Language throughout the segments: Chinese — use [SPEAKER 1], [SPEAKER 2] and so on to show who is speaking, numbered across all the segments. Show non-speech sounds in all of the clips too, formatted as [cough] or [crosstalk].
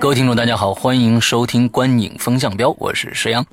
[SPEAKER 1] 各位听众，大家好，欢迎收听《观影风向标》，我是石阳。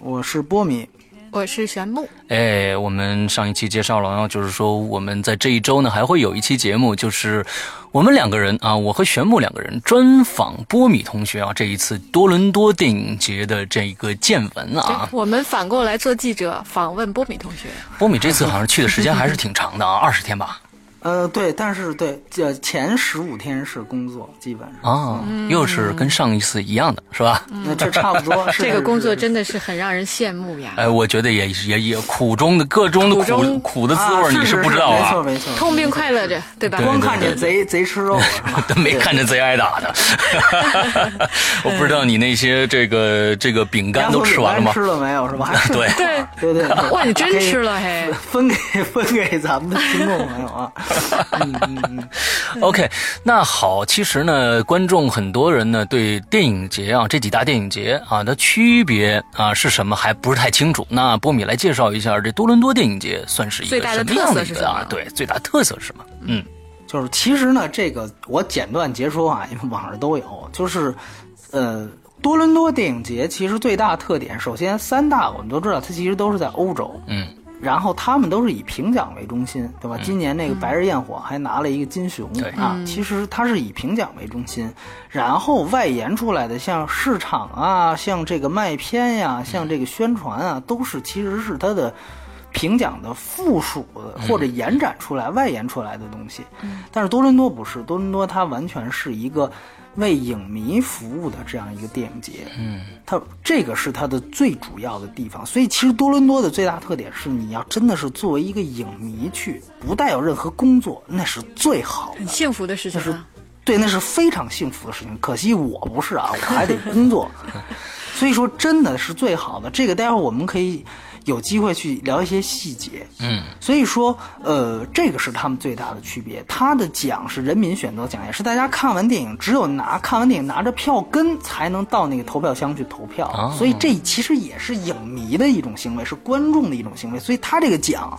[SPEAKER 2] 我是波米，
[SPEAKER 3] 我是玄木，
[SPEAKER 1] 哎，我们上一期介绍了，然后就是说我们在这一周呢还会有一期节目，就是我们两个人啊，我和玄木两个人专访波米同学啊，这一次多伦多电影节的这个见闻啊，
[SPEAKER 3] 我们反过来做记者，访问波米同学。
[SPEAKER 1] 波米这次好像去的时间还是挺长的
[SPEAKER 2] [laughs]
[SPEAKER 1] 啊，二十天吧。
[SPEAKER 2] 呃，对，但是对，这前十五天是工作，基本上，
[SPEAKER 1] 啊，又是跟上一次一样的是吧？
[SPEAKER 2] 那这差不多。是
[SPEAKER 3] 这个工作
[SPEAKER 2] 是
[SPEAKER 3] 真的是很让人羡慕呀！
[SPEAKER 1] 哎，我觉得也也也苦中的各中的苦
[SPEAKER 3] 苦中
[SPEAKER 1] 苦的滋
[SPEAKER 2] 啊
[SPEAKER 1] 味，你
[SPEAKER 2] 是
[SPEAKER 1] 不知道
[SPEAKER 2] 没
[SPEAKER 1] 啊
[SPEAKER 2] 错。没错，
[SPEAKER 3] 痛并快乐着，对吧？
[SPEAKER 1] 对
[SPEAKER 2] 光看见
[SPEAKER 1] 对
[SPEAKER 2] 贼贼吃肉是
[SPEAKER 1] [laughs]
[SPEAKER 2] 吧
[SPEAKER 1] 都没看着贼挨打
[SPEAKER 2] [laughs]
[SPEAKER 1] 的， [laughs] 我不知道你那些这个这个饼干
[SPEAKER 2] 压
[SPEAKER 1] 都
[SPEAKER 2] 缩
[SPEAKER 1] 吃
[SPEAKER 2] 饼
[SPEAKER 1] 完了
[SPEAKER 2] 干 [laughs]
[SPEAKER 1] 吗？
[SPEAKER 2] 吃了没有是吧？还
[SPEAKER 3] [laughs]
[SPEAKER 2] 剩
[SPEAKER 1] 对
[SPEAKER 2] [laughs] 对
[SPEAKER 3] 对
[SPEAKER 2] 对对，
[SPEAKER 3] 哇，你真
[SPEAKER 2] 可以
[SPEAKER 3] 吃
[SPEAKER 1] [laughs]
[SPEAKER 3] 了嘿！
[SPEAKER 2] 分给分给咱们的听众朋友啊， [laughs] 嗯嗯嗯，
[SPEAKER 1] OK，那好，其实呢，观众很多人呢对电影节啊这几大电影节啊的区别啊是什么还不是太清楚。那波米来介绍一下这多伦多电影节算是一个
[SPEAKER 3] 最大的
[SPEAKER 1] 什么样的
[SPEAKER 3] 特色是
[SPEAKER 1] 一
[SPEAKER 3] 什
[SPEAKER 1] 个
[SPEAKER 3] 么
[SPEAKER 1] 啊？对，最大特色是什么？嗯，
[SPEAKER 2] 就是其实呢，这个我简短截说啊，因为网上都有，就是，呃，多伦多电影节其实最大特点，首先三大我们都知道，它其实都是在欧洲，
[SPEAKER 1] 嗯，
[SPEAKER 2] 然后他们都是以评奖为中心，对吧？今年那个《白日焰火》还拿了一个金熊、
[SPEAKER 1] 对
[SPEAKER 2] 啊，其实它是以评奖为中心，然后外延出来的像市场啊，像这个卖片呀、像这个宣传啊，都是其实是它的。评奖的附属的或者延展出来、外延出来的东西。但是多伦多不是，多伦多它完全是一个为影迷服务的这样一个电影节。嗯，它这个是它的最主要的地方。所以其实多伦多的最大特点是，你要真的是作为一个影迷去，不带有任何工作，那是最好的
[SPEAKER 3] 很。幸福的事情啊！
[SPEAKER 2] 对，那是非常幸福的事情。可惜我不是啊，我还得工作，所以说真的是最好的。这个待会儿我们可以有机会去聊一些细节。嗯，所以说，呃，这个是他们最大的区别。他的奖是人民选择奖，也是大家看完电影，只有拿看完电影拿着票根才能到那个投票箱去投票。
[SPEAKER 1] 哦
[SPEAKER 2] 所以这其实也是影迷的一种行为，是观众的一种行为。所以他这个奖。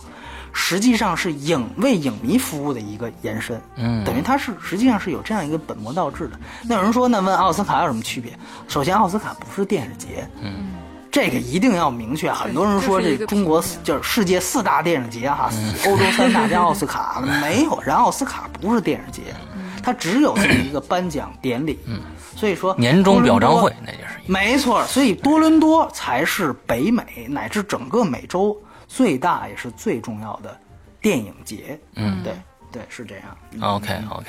[SPEAKER 2] 实际上是影为影迷服务的一个延伸，嗯，等于它是实际上是有这样一个本末倒置的。那有人说，那问奥斯卡有什么区别？首先，奥斯卡不是电影节，嗯，这个一定要明确。很多人说
[SPEAKER 3] 这
[SPEAKER 2] 这
[SPEAKER 3] 是一个
[SPEAKER 2] 中国四就是世界四大电影节哈，
[SPEAKER 1] 嗯
[SPEAKER 2] 欧洲三大加奥斯卡
[SPEAKER 1] [laughs]
[SPEAKER 2] 没有，然后奥斯卡不是电影节，它只有这么一个颁奖典礼，嗯，所以说
[SPEAKER 1] 年终表彰
[SPEAKER 2] 多伦多
[SPEAKER 1] 会那就是一个
[SPEAKER 2] 没错，所以多伦多才是北美乃至整个美洲最大也是最重要的电影节。嗯，对对，是这样。
[SPEAKER 1] OK OK。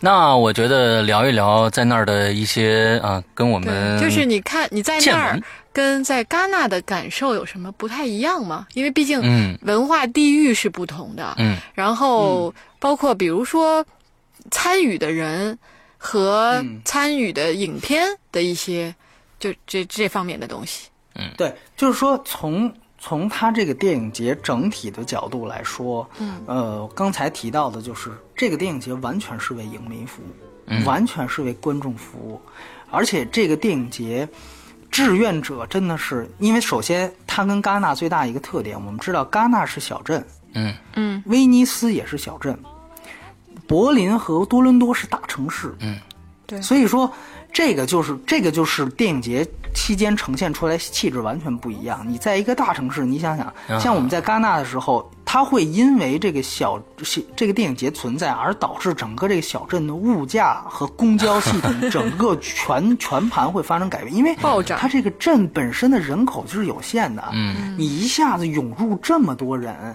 [SPEAKER 1] 那我觉得聊一聊在那儿的一些啊，跟我们
[SPEAKER 3] 对，就是你看你在那
[SPEAKER 1] 见
[SPEAKER 3] 儿
[SPEAKER 1] 闻
[SPEAKER 3] 跟在戛纳的感受有什么不太一样吗？因为毕竟
[SPEAKER 1] 嗯
[SPEAKER 3] 文化地域是不同的，
[SPEAKER 1] 嗯，
[SPEAKER 3] 然后包括比如说参与的人和
[SPEAKER 1] 嗯
[SPEAKER 3] 参与的影片的一些，就这这方面的东西。
[SPEAKER 2] 对，就是说从从它这个电影节整体的角度来说，嗯，呃，刚才提到的就是这个电影节完全是为影迷服务，完全是为观众服务，而且这个电影节。志愿者真的是，因为首先它跟戛纳最大一个特点，我们知道戛纳是小镇，
[SPEAKER 1] 嗯
[SPEAKER 3] 嗯，
[SPEAKER 2] 威尼斯也是小镇，柏林和多伦多是大城市，嗯，
[SPEAKER 3] 对
[SPEAKER 2] 所以说这个就是这个就是电影节期间呈现出来气质完全不一样。你在一个大城市，你想想，像我们在戛纳的时候，它会因为这个小是这个电影节存在，而导致整个这个小镇的物价和公交系
[SPEAKER 3] [laughs]
[SPEAKER 2] 统整个全全盘会发生改变，因为
[SPEAKER 3] 暴涨
[SPEAKER 2] 它这个镇本身的人口就是有限的，嗯，你一下子涌入这么多人。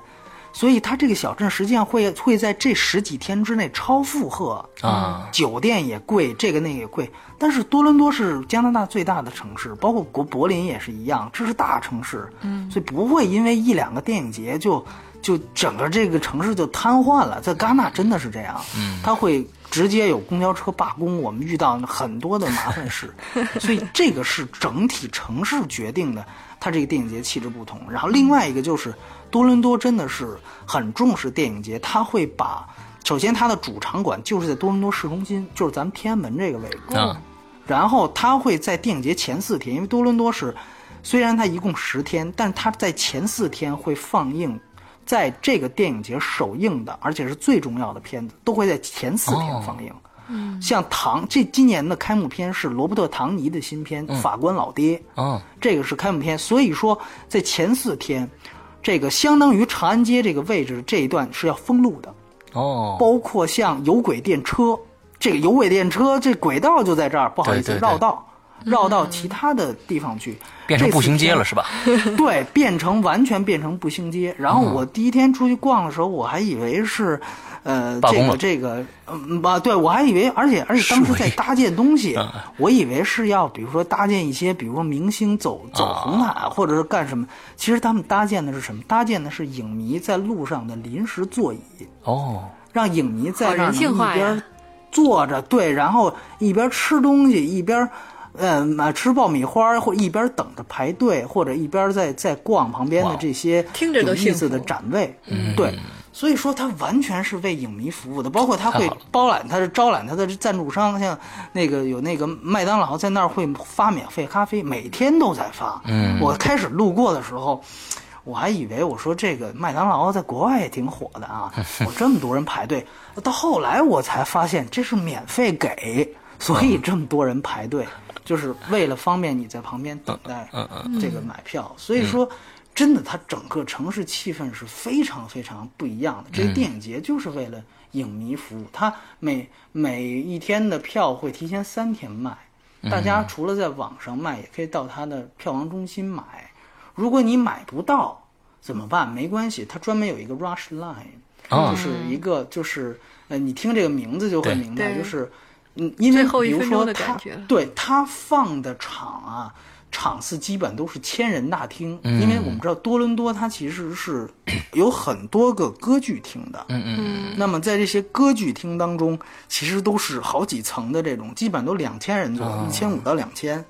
[SPEAKER 2] 所以它这个小镇实际上会会在这十几天之内超负荷
[SPEAKER 1] 啊，
[SPEAKER 2] 酒店也贵，这个那个也贵。但是多伦多是加拿大最大的城市，包括国柏林也是一样，这是大城市，嗯，所以不会因为一两个电影节就就整个这个城市就瘫痪了。在戛纳真的是这样，嗯，它会直接有公交车罢工，我们遇到很多的麻烦事，所以这个是整体城市决定的，它这个电影节气质不同。然后另外一个就是多伦多真的是很重视电影节，它会把首先它的主场馆就是在多伦多市中心，就是咱们天安门这个位置，
[SPEAKER 3] 嗯
[SPEAKER 1] 啊，
[SPEAKER 2] 然后它会在电影节前四天，因为多伦多是虽然它一共十天，但它在前四天会放映在这个电影节首映的，而且是最重要的片子，都会在前四天放映。嗯，像唐这今年的开幕片是罗伯特·唐尼的新片《法官老爹》
[SPEAKER 1] 哦，
[SPEAKER 2] 这个是开幕片，所以说在前四天，这个相当于长安街这个位置这一段是要封路的。
[SPEAKER 1] 哦，
[SPEAKER 2] 包括像有轨电车，这个有轨电车这轨道就在这儿，不好意思，
[SPEAKER 1] 对对对
[SPEAKER 2] 绕道，绕到其他的地方去，
[SPEAKER 1] 变成步行街了
[SPEAKER 2] 这
[SPEAKER 1] 是吧？
[SPEAKER 2] 四天。 [laughs] 对，变成完全变成步行街。然后我第一天出去逛的时候，我还以为是。呃，
[SPEAKER 1] 罢
[SPEAKER 2] 这
[SPEAKER 1] 工了
[SPEAKER 2] 个这个，嗯啊，对我还以为，而且而且当时
[SPEAKER 1] [laughs]
[SPEAKER 2] 在搭建东西，
[SPEAKER 1] 嗯
[SPEAKER 2] 我以为是要比如说搭建一些，比如说明星走
[SPEAKER 1] 啊
[SPEAKER 2] 走红毯，或者是干什么。其实他们搭建的是什么？搭建的是影迷在路上的临时座椅。
[SPEAKER 1] 哦，
[SPEAKER 2] 让影迷在
[SPEAKER 3] 好
[SPEAKER 2] 那儿
[SPEAKER 3] 人性
[SPEAKER 2] 能
[SPEAKER 3] 化
[SPEAKER 2] 一边
[SPEAKER 3] 呀
[SPEAKER 2] 坐着，对，然后一边吃东西，一边呃买吃爆米花，或一边等着排队，或者一边在在逛旁边
[SPEAKER 1] 哇
[SPEAKER 2] 的这些
[SPEAKER 3] 听着都
[SPEAKER 2] 有意
[SPEAKER 3] 幸
[SPEAKER 2] 思的
[SPEAKER 3] 福
[SPEAKER 2] 展位，对。所以说，它完全是为影迷服务的，包括它会包揽，它是招揽它的赞助商，像那个有那个麦当劳在那儿会发免费咖啡，每天都在发。嗯，我开始路过的时候，我还以为我说这个麦当劳在国外也挺火的啊，我这么多人排队，到后来我才发现这是免费给，所以这么多人排队，就是为了方便你在旁边等待
[SPEAKER 1] 嗯
[SPEAKER 2] 这个买票。所以说，真的，它整个城市气氛是非常非常不一样的。这
[SPEAKER 1] 嗯
[SPEAKER 2] 个电影节就是为了影迷服务，它每每一天的票会提前三天卖，
[SPEAKER 1] 嗯
[SPEAKER 2] 大家除了在网上卖，也可以到它的票房中心买。如果你买不到怎么办？没关系，它专门有一个 rush line，、
[SPEAKER 1] 哦
[SPEAKER 2] 就是一个就是呃，你听这个名字就会
[SPEAKER 1] 对
[SPEAKER 2] 明白，
[SPEAKER 3] 对
[SPEAKER 2] 就是嗯，因为
[SPEAKER 3] 最后一
[SPEAKER 2] 比如
[SPEAKER 3] 分钟
[SPEAKER 2] 说
[SPEAKER 3] 的
[SPEAKER 2] 它
[SPEAKER 3] 感觉
[SPEAKER 2] 对它放的场啊，场次基本都是千人大厅，因为我们知道多伦多它其实是 [clears throat] 有很多个歌剧厅的，嗯嗯，那么在这些歌剧厅当中，其实都是好几层的这种，基本都两千人左右，一千五到两千。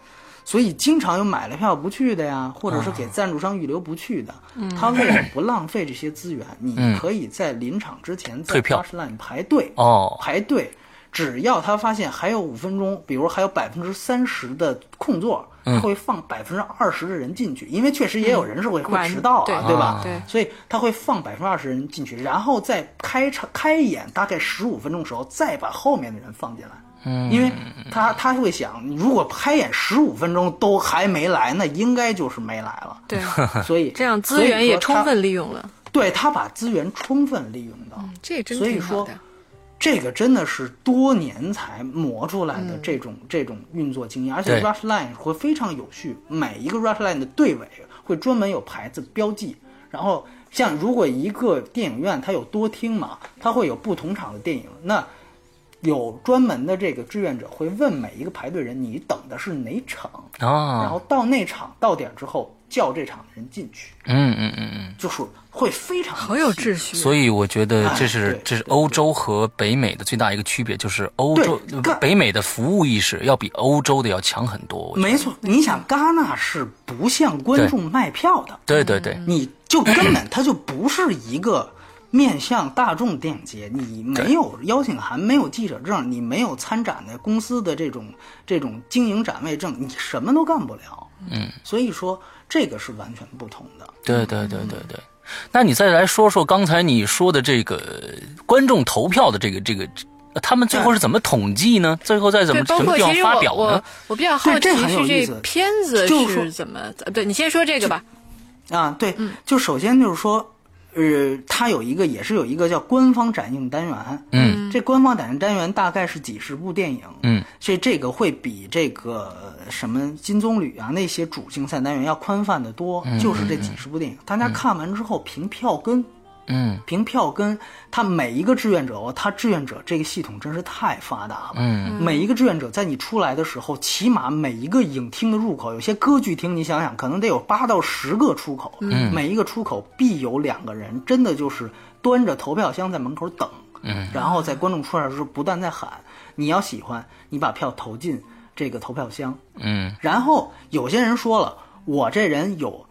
[SPEAKER 2] 所以经常有买了票不去的呀，或者是给赞助商预留不去的。
[SPEAKER 3] 嗯
[SPEAKER 2] 他为了不浪费这些资源，你可以在临场之前在
[SPEAKER 1] 退票
[SPEAKER 2] Rush Line 排队
[SPEAKER 1] 哦
[SPEAKER 2] 排队，哎只要他发现还有五分钟，比如还有百分之三十的空座，他会放百分之二十的人进去，因为确实也有人是会、会
[SPEAKER 3] 晚
[SPEAKER 2] 迟到啊，
[SPEAKER 3] 嗯对
[SPEAKER 2] 对吧？
[SPEAKER 3] 对
[SPEAKER 2] 所以他会放百分之二十人进去，然后在开场开演大概十五分钟的时候，再把后面的人放进来。嗯，因为他他会想，如果开演十五分钟都还没来，那应该就是没来了。
[SPEAKER 1] [laughs]
[SPEAKER 3] 对，
[SPEAKER 2] 所以
[SPEAKER 3] 这样资源也充，
[SPEAKER 2] 所以说
[SPEAKER 3] 分利嗯用了，
[SPEAKER 2] 他对他把资源充分利用到。
[SPEAKER 3] 这真
[SPEAKER 2] 所以
[SPEAKER 3] 挺好
[SPEAKER 2] 说
[SPEAKER 3] 的。
[SPEAKER 2] 这个真的是多年才磨出来
[SPEAKER 3] 嗯
[SPEAKER 2] 的这种、这种运作经验，而
[SPEAKER 1] 对
[SPEAKER 2] 且 rush line 会非常有序，每一个 rush line 的队尾会专门有牌子标记，然后像如果一个电影院它有多厅嘛，它会有不同场的电影，那有专门的这个志愿者会问每一个排队人你等的是哪场，然
[SPEAKER 1] 哦，
[SPEAKER 2] 后到那场到点之后叫这场的人进去，
[SPEAKER 1] 嗯嗯嗯嗯，
[SPEAKER 2] 就是会非常
[SPEAKER 3] 好有秩序，啊
[SPEAKER 1] 所以我觉得这
[SPEAKER 2] 哎
[SPEAKER 1] 是
[SPEAKER 2] 对
[SPEAKER 1] 这是欧洲和北美的最大一个区别，就是欧
[SPEAKER 2] 对
[SPEAKER 1] 洲呃
[SPEAKER 2] 干
[SPEAKER 1] 北美的服务意识要比欧洲的要强很多。我觉得
[SPEAKER 2] 没错，你想戛纳是不向观众卖票的。
[SPEAKER 1] 对对对，
[SPEAKER 2] 你就根本它就不是一个面向大众电影节，你没有邀请函，没有记者证，你没有参展的公司的这种这种经营展位证，你什么都干不了。嗯，所以说这个是完全不同的。
[SPEAKER 1] 对对对对对。那你再来说说刚才你说的这个呃观众投票的这个这个，呃他们最后是怎么统计呢？最后再怎
[SPEAKER 3] 对，
[SPEAKER 1] 么
[SPEAKER 3] 包
[SPEAKER 1] 什么
[SPEAKER 3] 括
[SPEAKER 1] 地
[SPEAKER 3] 其
[SPEAKER 1] 方
[SPEAKER 3] 实
[SPEAKER 1] 发
[SPEAKER 3] 我
[SPEAKER 1] 表呢
[SPEAKER 3] 我？我比较好
[SPEAKER 2] 对
[SPEAKER 3] 奇
[SPEAKER 2] 这很有
[SPEAKER 3] 是
[SPEAKER 2] 意
[SPEAKER 3] 这
[SPEAKER 2] 思
[SPEAKER 3] 片子
[SPEAKER 2] 就是说
[SPEAKER 3] 是怎么，对你先说这个吧。
[SPEAKER 2] 啊，对，就首先就是说，呃，它有一个也是有一个叫官方展映单元，嗯，这官方展映单元大概是几十部电影，嗯，所以这个会比这个呃什么金棕榈啊那嗯些主竞赛单元要宽泛的多，就是这几十部电影，大家看完之后凭票根
[SPEAKER 1] 嗯
[SPEAKER 2] 凭票跟他每一个志愿者，哦他志愿者这个系统真是太发达了。
[SPEAKER 1] 嗯，
[SPEAKER 2] 每一个志愿者在你出来的时候，起码每一个影厅的入口，有些歌剧厅，你想想，可能得有八到十个出口，
[SPEAKER 1] 嗯
[SPEAKER 2] 每一个出口必有两个人，真的就是端着投票箱在门口等，
[SPEAKER 1] 嗯
[SPEAKER 2] 然后在观众出来的时候不断在喊，你要喜欢，你把票投进这个投票箱，
[SPEAKER 1] 嗯
[SPEAKER 2] 然后有些人说了，我这人有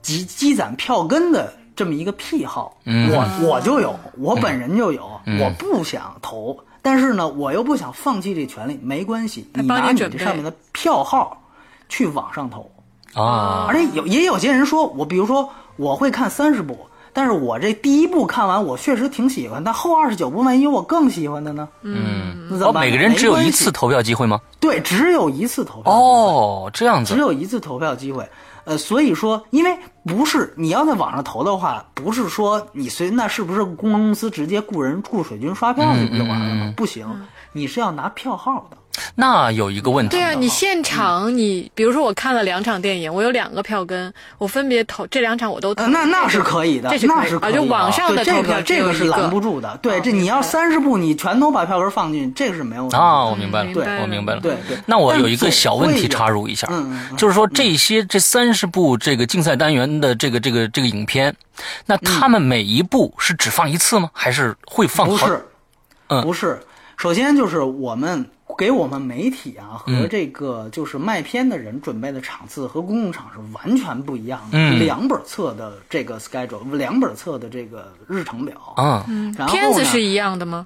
[SPEAKER 2] 积积攒票根的这么一个癖好，
[SPEAKER 1] 嗯
[SPEAKER 2] 我我就有，我本人就有，我不想投，但是呢，我又不想放弃这权利，没关系，
[SPEAKER 3] 他
[SPEAKER 2] 你
[SPEAKER 3] 帮你
[SPEAKER 2] 拿你
[SPEAKER 3] 准
[SPEAKER 2] 这
[SPEAKER 3] 备
[SPEAKER 2] 上面的票号去网上投。
[SPEAKER 1] 啊，
[SPEAKER 2] 而且有也有些人说，我比如说我会看三十部，但是我这第一部看完我确实挺喜欢，但后二十九部万一有我更喜欢的呢？嗯，那怎么
[SPEAKER 1] 哦，
[SPEAKER 2] 办？
[SPEAKER 1] 每个人只有
[SPEAKER 2] 没
[SPEAKER 1] 一
[SPEAKER 2] 关系
[SPEAKER 1] 次，投票机会吗？
[SPEAKER 2] 对，只有嗯一次投票。
[SPEAKER 1] 哦，这样
[SPEAKER 2] 只
[SPEAKER 1] 子，
[SPEAKER 2] 有一次投票机会。呃，所以说，因为不是你要在网上投的话，不是说你随那是不是公关公司直接雇人雇水军刷票去
[SPEAKER 1] 嗯
[SPEAKER 2] 不就完了吗？不行，你是要拿票号的。
[SPEAKER 1] 那有一个问题
[SPEAKER 3] 对，啊，
[SPEAKER 2] 的
[SPEAKER 3] 你
[SPEAKER 2] 哈
[SPEAKER 3] 现场你比如说我看了两场电影，我有两个票根，我分别投这两场我都投。
[SPEAKER 2] 呃，那那是可以的，
[SPEAKER 3] 这是
[SPEAKER 2] 那
[SPEAKER 3] 可以
[SPEAKER 2] 是
[SPEAKER 3] 啊
[SPEAKER 2] 可以的。
[SPEAKER 3] 就网上的
[SPEAKER 2] 对这
[SPEAKER 3] 投票
[SPEAKER 2] 个这
[SPEAKER 3] 只有
[SPEAKER 2] 个啊
[SPEAKER 3] 一
[SPEAKER 2] 是拦
[SPEAKER 3] 个
[SPEAKER 2] 不住的。对，
[SPEAKER 3] 哦
[SPEAKER 2] 这你
[SPEAKER 3] 明白
[SPEAKER 2] 要三十步，你全都把票根放进去，这个是没有问题的。
[SPEAKER 1] 啊，我明白了，
[SPEAKER 3] 嗯明白
[SPEAKER 1] 我明白了。
[SPEAKER 2] 对对
[SPEAKER 1] 那我有一个
[SPEAKER 2] 但总
[SPEAKER 1] 小问
[SPEAKER 2] 会
[SPEAKER 1] 题
[SPEAKER 2] 有
[SPEAKER 1] 插入一下，
[SPEAKER 2] 嗯嗯嗯
[SPEAKER 1] 就是说这些这三十部这个竞赛单元的这个这个这个影片，那他们每一部是只放一次吗？还是会放
[SPEAKER 2] 不
[SPEAKER 1] 好？
[SPEAKER 2] 是，
[SPEAKER 1] 嗯
[SPEAKER 2] 不是。首先就是我们给我们媒体啊
[SPEAKER 1] 嗯
[SPEAKER 2] 和这个就是卖片的人准备的场次和公共场是完全不一样的，
[SPEAKER 1] 嗯
[SPEAKER 2] 两本册的这个 schedule，两本册的这个日程表。
[SPEAKER 1] 啊，
[SPEAKER 2] 然后呢
[SPEAKER 3] 片子是一样的吗？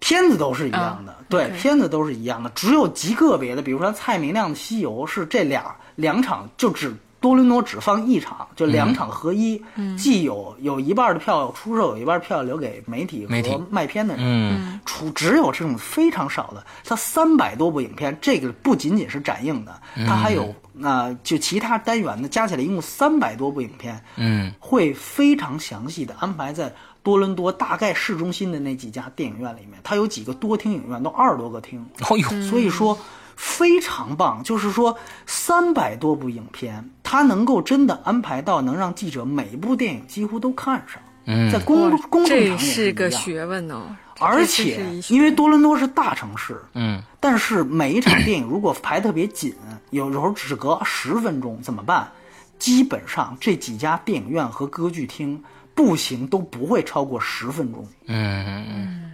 [SPEAKER 2] 片子都是一样的，对，
[SPEAKER 3] OK
[SPEAKER 2] 片子都是一样的，只有极个别的，比如说蔡明亮的《西游》是这俩两场就只多伦多只放一场，就两场合一，既有有一半的票出售，有一半票留给媒体
[SPEAKER 1] 媒体
[SPEAKER 2] 和卖片的人，
[SPEAKER 1] 嗯，
[SPEAKER 2] 除只有这种非常少的，它三百多部影片，这个不仅仅是展映的，它还
[SPEAKER 1] 嗯
[SPEAKER 2] 有那、呃就其他单元的，加起来一共三百多部影片，
[SPEAKER 1] 嗯，
[SPEAKER 2] 会非常详细的安排在多伦多大概市中心的那几家电影院里面，它有几个多厅影院，都二十多个厅，
[SPEAKER 1] 哦呦，
[SPEAKER 3] 嗯
[SPEAKER 2] 所以说非常棒。就是说，三百多部影片，它能够真的安排到能让记者每一部电影几乎都看上。在公
[SPEAKER 3] 哇
[SPEAKER 2] 公众场也
[SPEAKER 3] 这
[SPEAKER 2] 是
[SPEAKER 3] 是
[SPEAKER 2] 一
[SPEAKER 3] 个
[SPEAKER 2] 样
[SPEAKER 3] 学问哦。
[SPEAKER 2] 而
[SPEAKER 3] 这
[SPEAKER 2] 且
[SPEAKER 3] 是一学
[SPEAKER 2] 因为多伦多是大城市，
[SPEAKER 1] 嗯，
[SPEAKER 2] 但是每一场电影如果排特别紧，有时候只隔十分钟怎么办？基本上这几家电影院和歌剧厅步行都不会超过十分钟。
[SPEAKER 1] 嗯，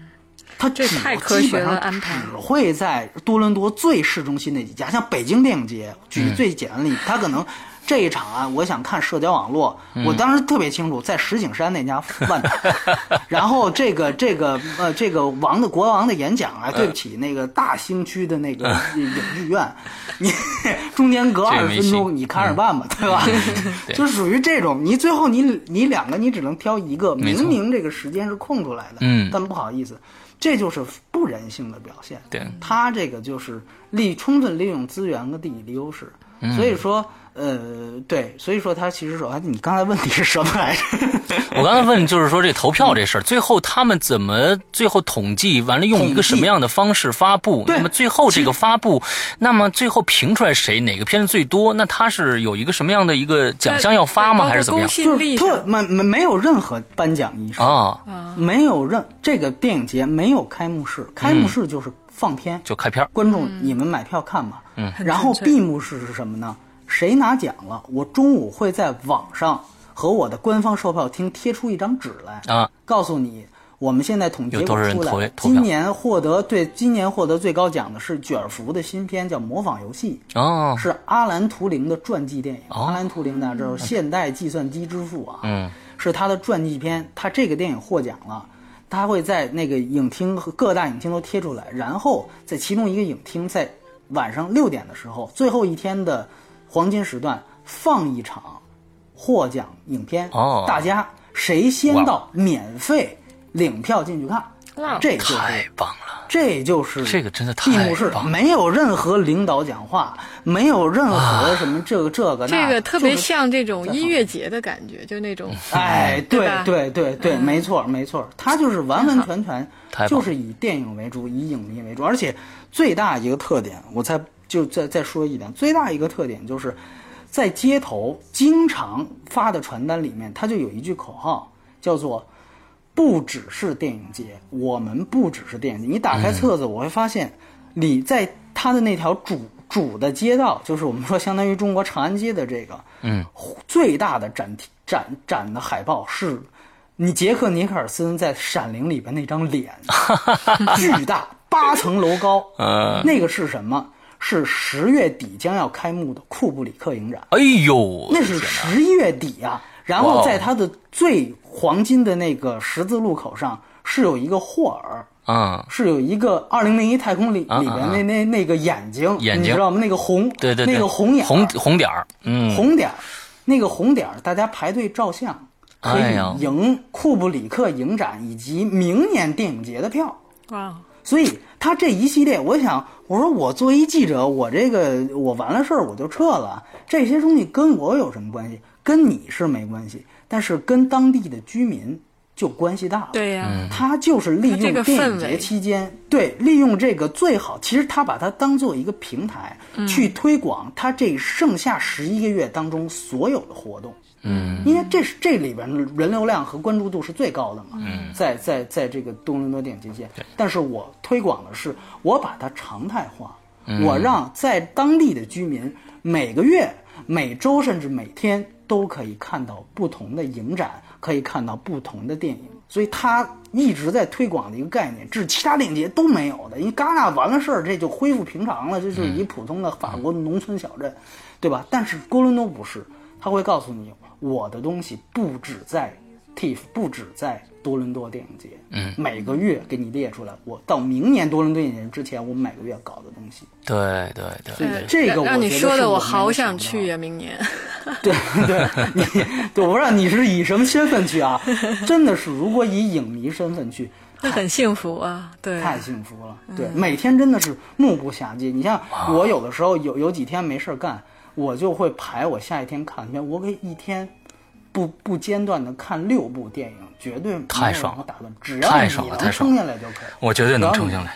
[SPEAKER 2] 它
[SPEAKER 3] 这
[SPEAKER 2] 只
[SPEAKER 3] 太科学
[SPEAKER 2] 基本上
[SPEAKER 3] 了安排
[SPEAKER 2] 只会在多伦多最市中心那几家，像北京电影节，举最简单的例子，它可能。这一场啊，我想看社交网络，我当时特别清楚，在石景山那家万达。然后这个这个呃这个王的国王的演讲啊，对不起，那个大兴区的那个影剧院，你中间隔
[SPEAKER 1] 这
[SPEAKER 2] 二
[SPEAKER 1] 个
[SPEAKER 2] 十
[SPEAKER 1] 没
[SPEAKER 2] 分
[SPEAKER 1] 戏
[SPEAKER 2] 钟，你看着办吧，对吧？就属于这种，你最后你你两个你只能挑一个，
[SPEAKER 1] 没错
[SPEAKER 2] 明明这个时间是空出来的，
[SPEAKER 1] 嗯
[SPEAKER 2] 但不好意思，这就是不人性的表现。
[SPEAKER 1] 对
[SPEAKER 2] 他这个就是利充分利用资源和地理优势，
[SPEAKER 1] 嗯
[SPEAKER 2] 所以说呃对，所以说他其实说，哎，你刚才问题是什么来着？ [laughs]
[SPEAKER 1] 我刚才问就是说这投票这事儿，最后他们怎么最后统计完了，用一个
[SPEAKER 2] 统计
[SPEAKER 1] 什么样的方式发布？
[SPEAKER 2] 对
[SPEAKER 1] 那么最后这个发布，那么最后评出来谁哪个片子最多？那他是有一个什么样的一个奖项要发吗？
[SPEAKER 3] 呃对
[SPEAKER 1] 还是怎么样
[SPEAKER 3] 包？
[SPEAKER 2] 就
[SPEAKER 3] 括公信
[SPEAKER 2] 是
[SPEAKER 3] 力
[SPEAKER 2] 特
[SPEAKER 3] 上
[SPEAKER 2] 没没没有任何颁奖仪式，
[SPEAKER 1] 啊，
[SPEAKER 2] 没有任这个电影节没有开幕式，开幕式就是放片，
[SPEAKER 1] 嗯就开片儿
[SPEAKER 2] 观众你们买票看吧。嗯，然后
[SPEAKER 3] 嗯很纯粹
[SPEAKER 2] 闭幕式是什么呢？谁拿奖了，我中午会在网上和我的官方售票厅贴出一张纸来，
[SPEAKER 1] 啊，
[SPEAKER 2] 告诉你我们现在统计结
[SPEAKER 1] 有多少
[SPEAKER 2] 果
[SPEAKER 1] 人
[SPEAKER 2] 出来
[SPEAKER 1] 投
[SPEAKER 2] 了，
[SPEAKER 1] 投票
[SPEAKER 2] 今年获得对今年获得最高奖的是卷福的新片叫《模仿游戏》。
[SPEAKER 1] 哦，
[SPEAKER 2] 是阿兰图灵的传记电影。阿兰图灵大家知道，现代计算机之父啊，
[SPEAKER 1] 嗯，
[SPEAKER 2] 是他的传记片。他这个电影获奖了，他会在那个影厅和各大影厅都贴出来，然后在其中一个影厅在晚上六点的时候，最后一天的黄金时段放一场获奖影片，
[SPEAKER 1] 哦
[SPEAKER 2] 大家谁先
[SPEAKER 1] 哇哦
[SPEAKER 2] 到免费领票进去看。
[SPEAKER 3] 哇
[SPEAKER 2] 这就是
[SPEAKER 1] 太棒了！
[SPEAKER 2] 这就是
[SPEAKER 1] 这个真的太
[SPEAKER 2] 闭幕式
[SPEAKER 1] 棒，了
[SPEAKER 2] 没有任何领导讲话，没有任何
[SPEAKER 1] 啊
[SPEAKER 2] 什么这个这个那
[SPEAKER 3] 这
[SPEAKER 2] 的
[SPEAKER 3] 个特别。
[SPEAKER 2] 就是
[SPEAKER 3] 像这种音乐节的感觉，就那种
[SPEAKER 2] 哎，
[SPEAKER 3] 对
[SPEAKER 2] 对
[SPEAKER 3] 吧
[SPEAKER 2] 对对对，没错没错，它就是完完全全
[SPEAKER 1] 太棒
[SPEAKER 2] 就是以电影为主，以影迷为主，而且最大一个特点，我再就再再说一点，最大一个特点就是在街头经常发的传单里面，它就有一句口号叫做“不只是电影节，我们不只是电影节”。你打开册子，我会发现你在它的那条主主的街道，就是我们说相当于中国长安街的这个，嗯，最大的展厅展展的海报是。你杰克·尼克尔森在《闪灵》里边那张脸，巨大，八层楼高。那个是什么？是十月底将要开幕的库布里克影展，
[SPEAKER 1] 哎呦，
[SPEAKER 2] 那是十一月底啊。然
[SPEAKER 1] 哇
[SPEAKER 2] 后
[SPEAKER 1] 哦
[SPEAKER 2] 在它的最黄金的那个十字路口上，是有一个霍尔，
[SPEAKER 1] 嗯，
[SPEAKER 2] 是有一个《二零零一太空里》
[SPEAKER 1] 啊
[SPEAKER 2] 里边那那那个眼睛，
[SPEAKER 1] 眼睛
[SPEAKER 2] 你知道吗？那个红，
[SPEAKER 1] 对对对，
[SPEAKER 2] 那个红眼儿，
[SPEAKER 1] 红红点儿，嗯，
[SPEAKER 2] 红点儿，那个红点儿，大家排队照相可
[SPEAKER 1] 哎呀
[SPEAKER 2] 以赢库布里克影展以及明年电影节的票。
[SPEAKER 3] 哇，
[SPEAKER 2] 所以他这一系列，我想，我说我作为一记者，我这个我完了事儿我就撤了，这些东西跟我有什么关系？跟你是没关系，但是跟当地的居民就关系大了。
[SPEAKER 3] 对呀、
[SPEAKER 2] 他就是利用
[SPEAKER 3] 它这个
[SPEAKER 2] 电影
[SPEAKER 3] 氛围
[SPEAKER 2] 节期间，对，利用这个最好。其实他把它当做一个平台，
[SPEAKER 3] 嗯
[SPEAKER 2] 去推广他这剩下十一个月当中所有的活动。嗯，因为这是这里边人流量和关注度是最高的嘛。嗯，在在在这个多伦多电影节期间，但是我推广的是我把它常态化，我让在当地的居民每个月、每周甚至每天都可以看到不同的影展，可以看到不同的电影。所以他一直在推广的一个概念，这是其他电影节都没有的。因为戛纳完了事儿，这就恢复平常了，这就是一普通的法国农村小镇，对吧？但是多伦多不是，他会告诉你，我的东西不止在 TIFF，不止在多伦多电影节，嗯，每个月给你列出来，我到明年多伦多电影节之前，我每个月搞的东西。
[SPEAKER 1] 对对对，
[SPEAKER 3] 呃
[SPEAKER 2] 这个
[SPEAKER 3] 让
[SPEAKER 2] 我
[SPEAKER 3] 让你
[SPEAKER 2] 觉得
[SPEAKER 3] 说
[SPEAKER 2] 是
[SPEAKER 3] 的，
[SPEAKER 2] 我
[SPEAKER 3] 我
[SPEAKER 2] 没
[SPEAKER 3] 好
[SPEAKER 2] 有
[SPEAKER 3] 想
[SPEAKER 2] 想
[SPEAKER 3] 去呀、啊
[SPEAKER 2] [laughs]
[SPEAKER 3] 明年
[SPEAKER 2] 对对，你对我不知道你是以什么身份去啊？真的是，如果以影迷身份去，
[SPEAKER 3] 那很幸福啊，对，
[SPEAKER 2] 太幸福了。对，每天真的是目不暇接。你像我有的时候有有几天没事儿干，我就会排我下一天看的片，我可以一天不不间断的看六部电影，绝对没有
[SPEAKER 1] 太爽了
[SPEAKER 2] 打断，只要
[SPEAKER 1] 太
[SPEAKER 2] 你
[SPEAKER 1] 爽了
[SPEAKER 2] 能
[SPEAKER 1] 太爽
[SPEAKER 2] 撑下来就可以。
[SPEAKER 1] 我绝对能撑下来，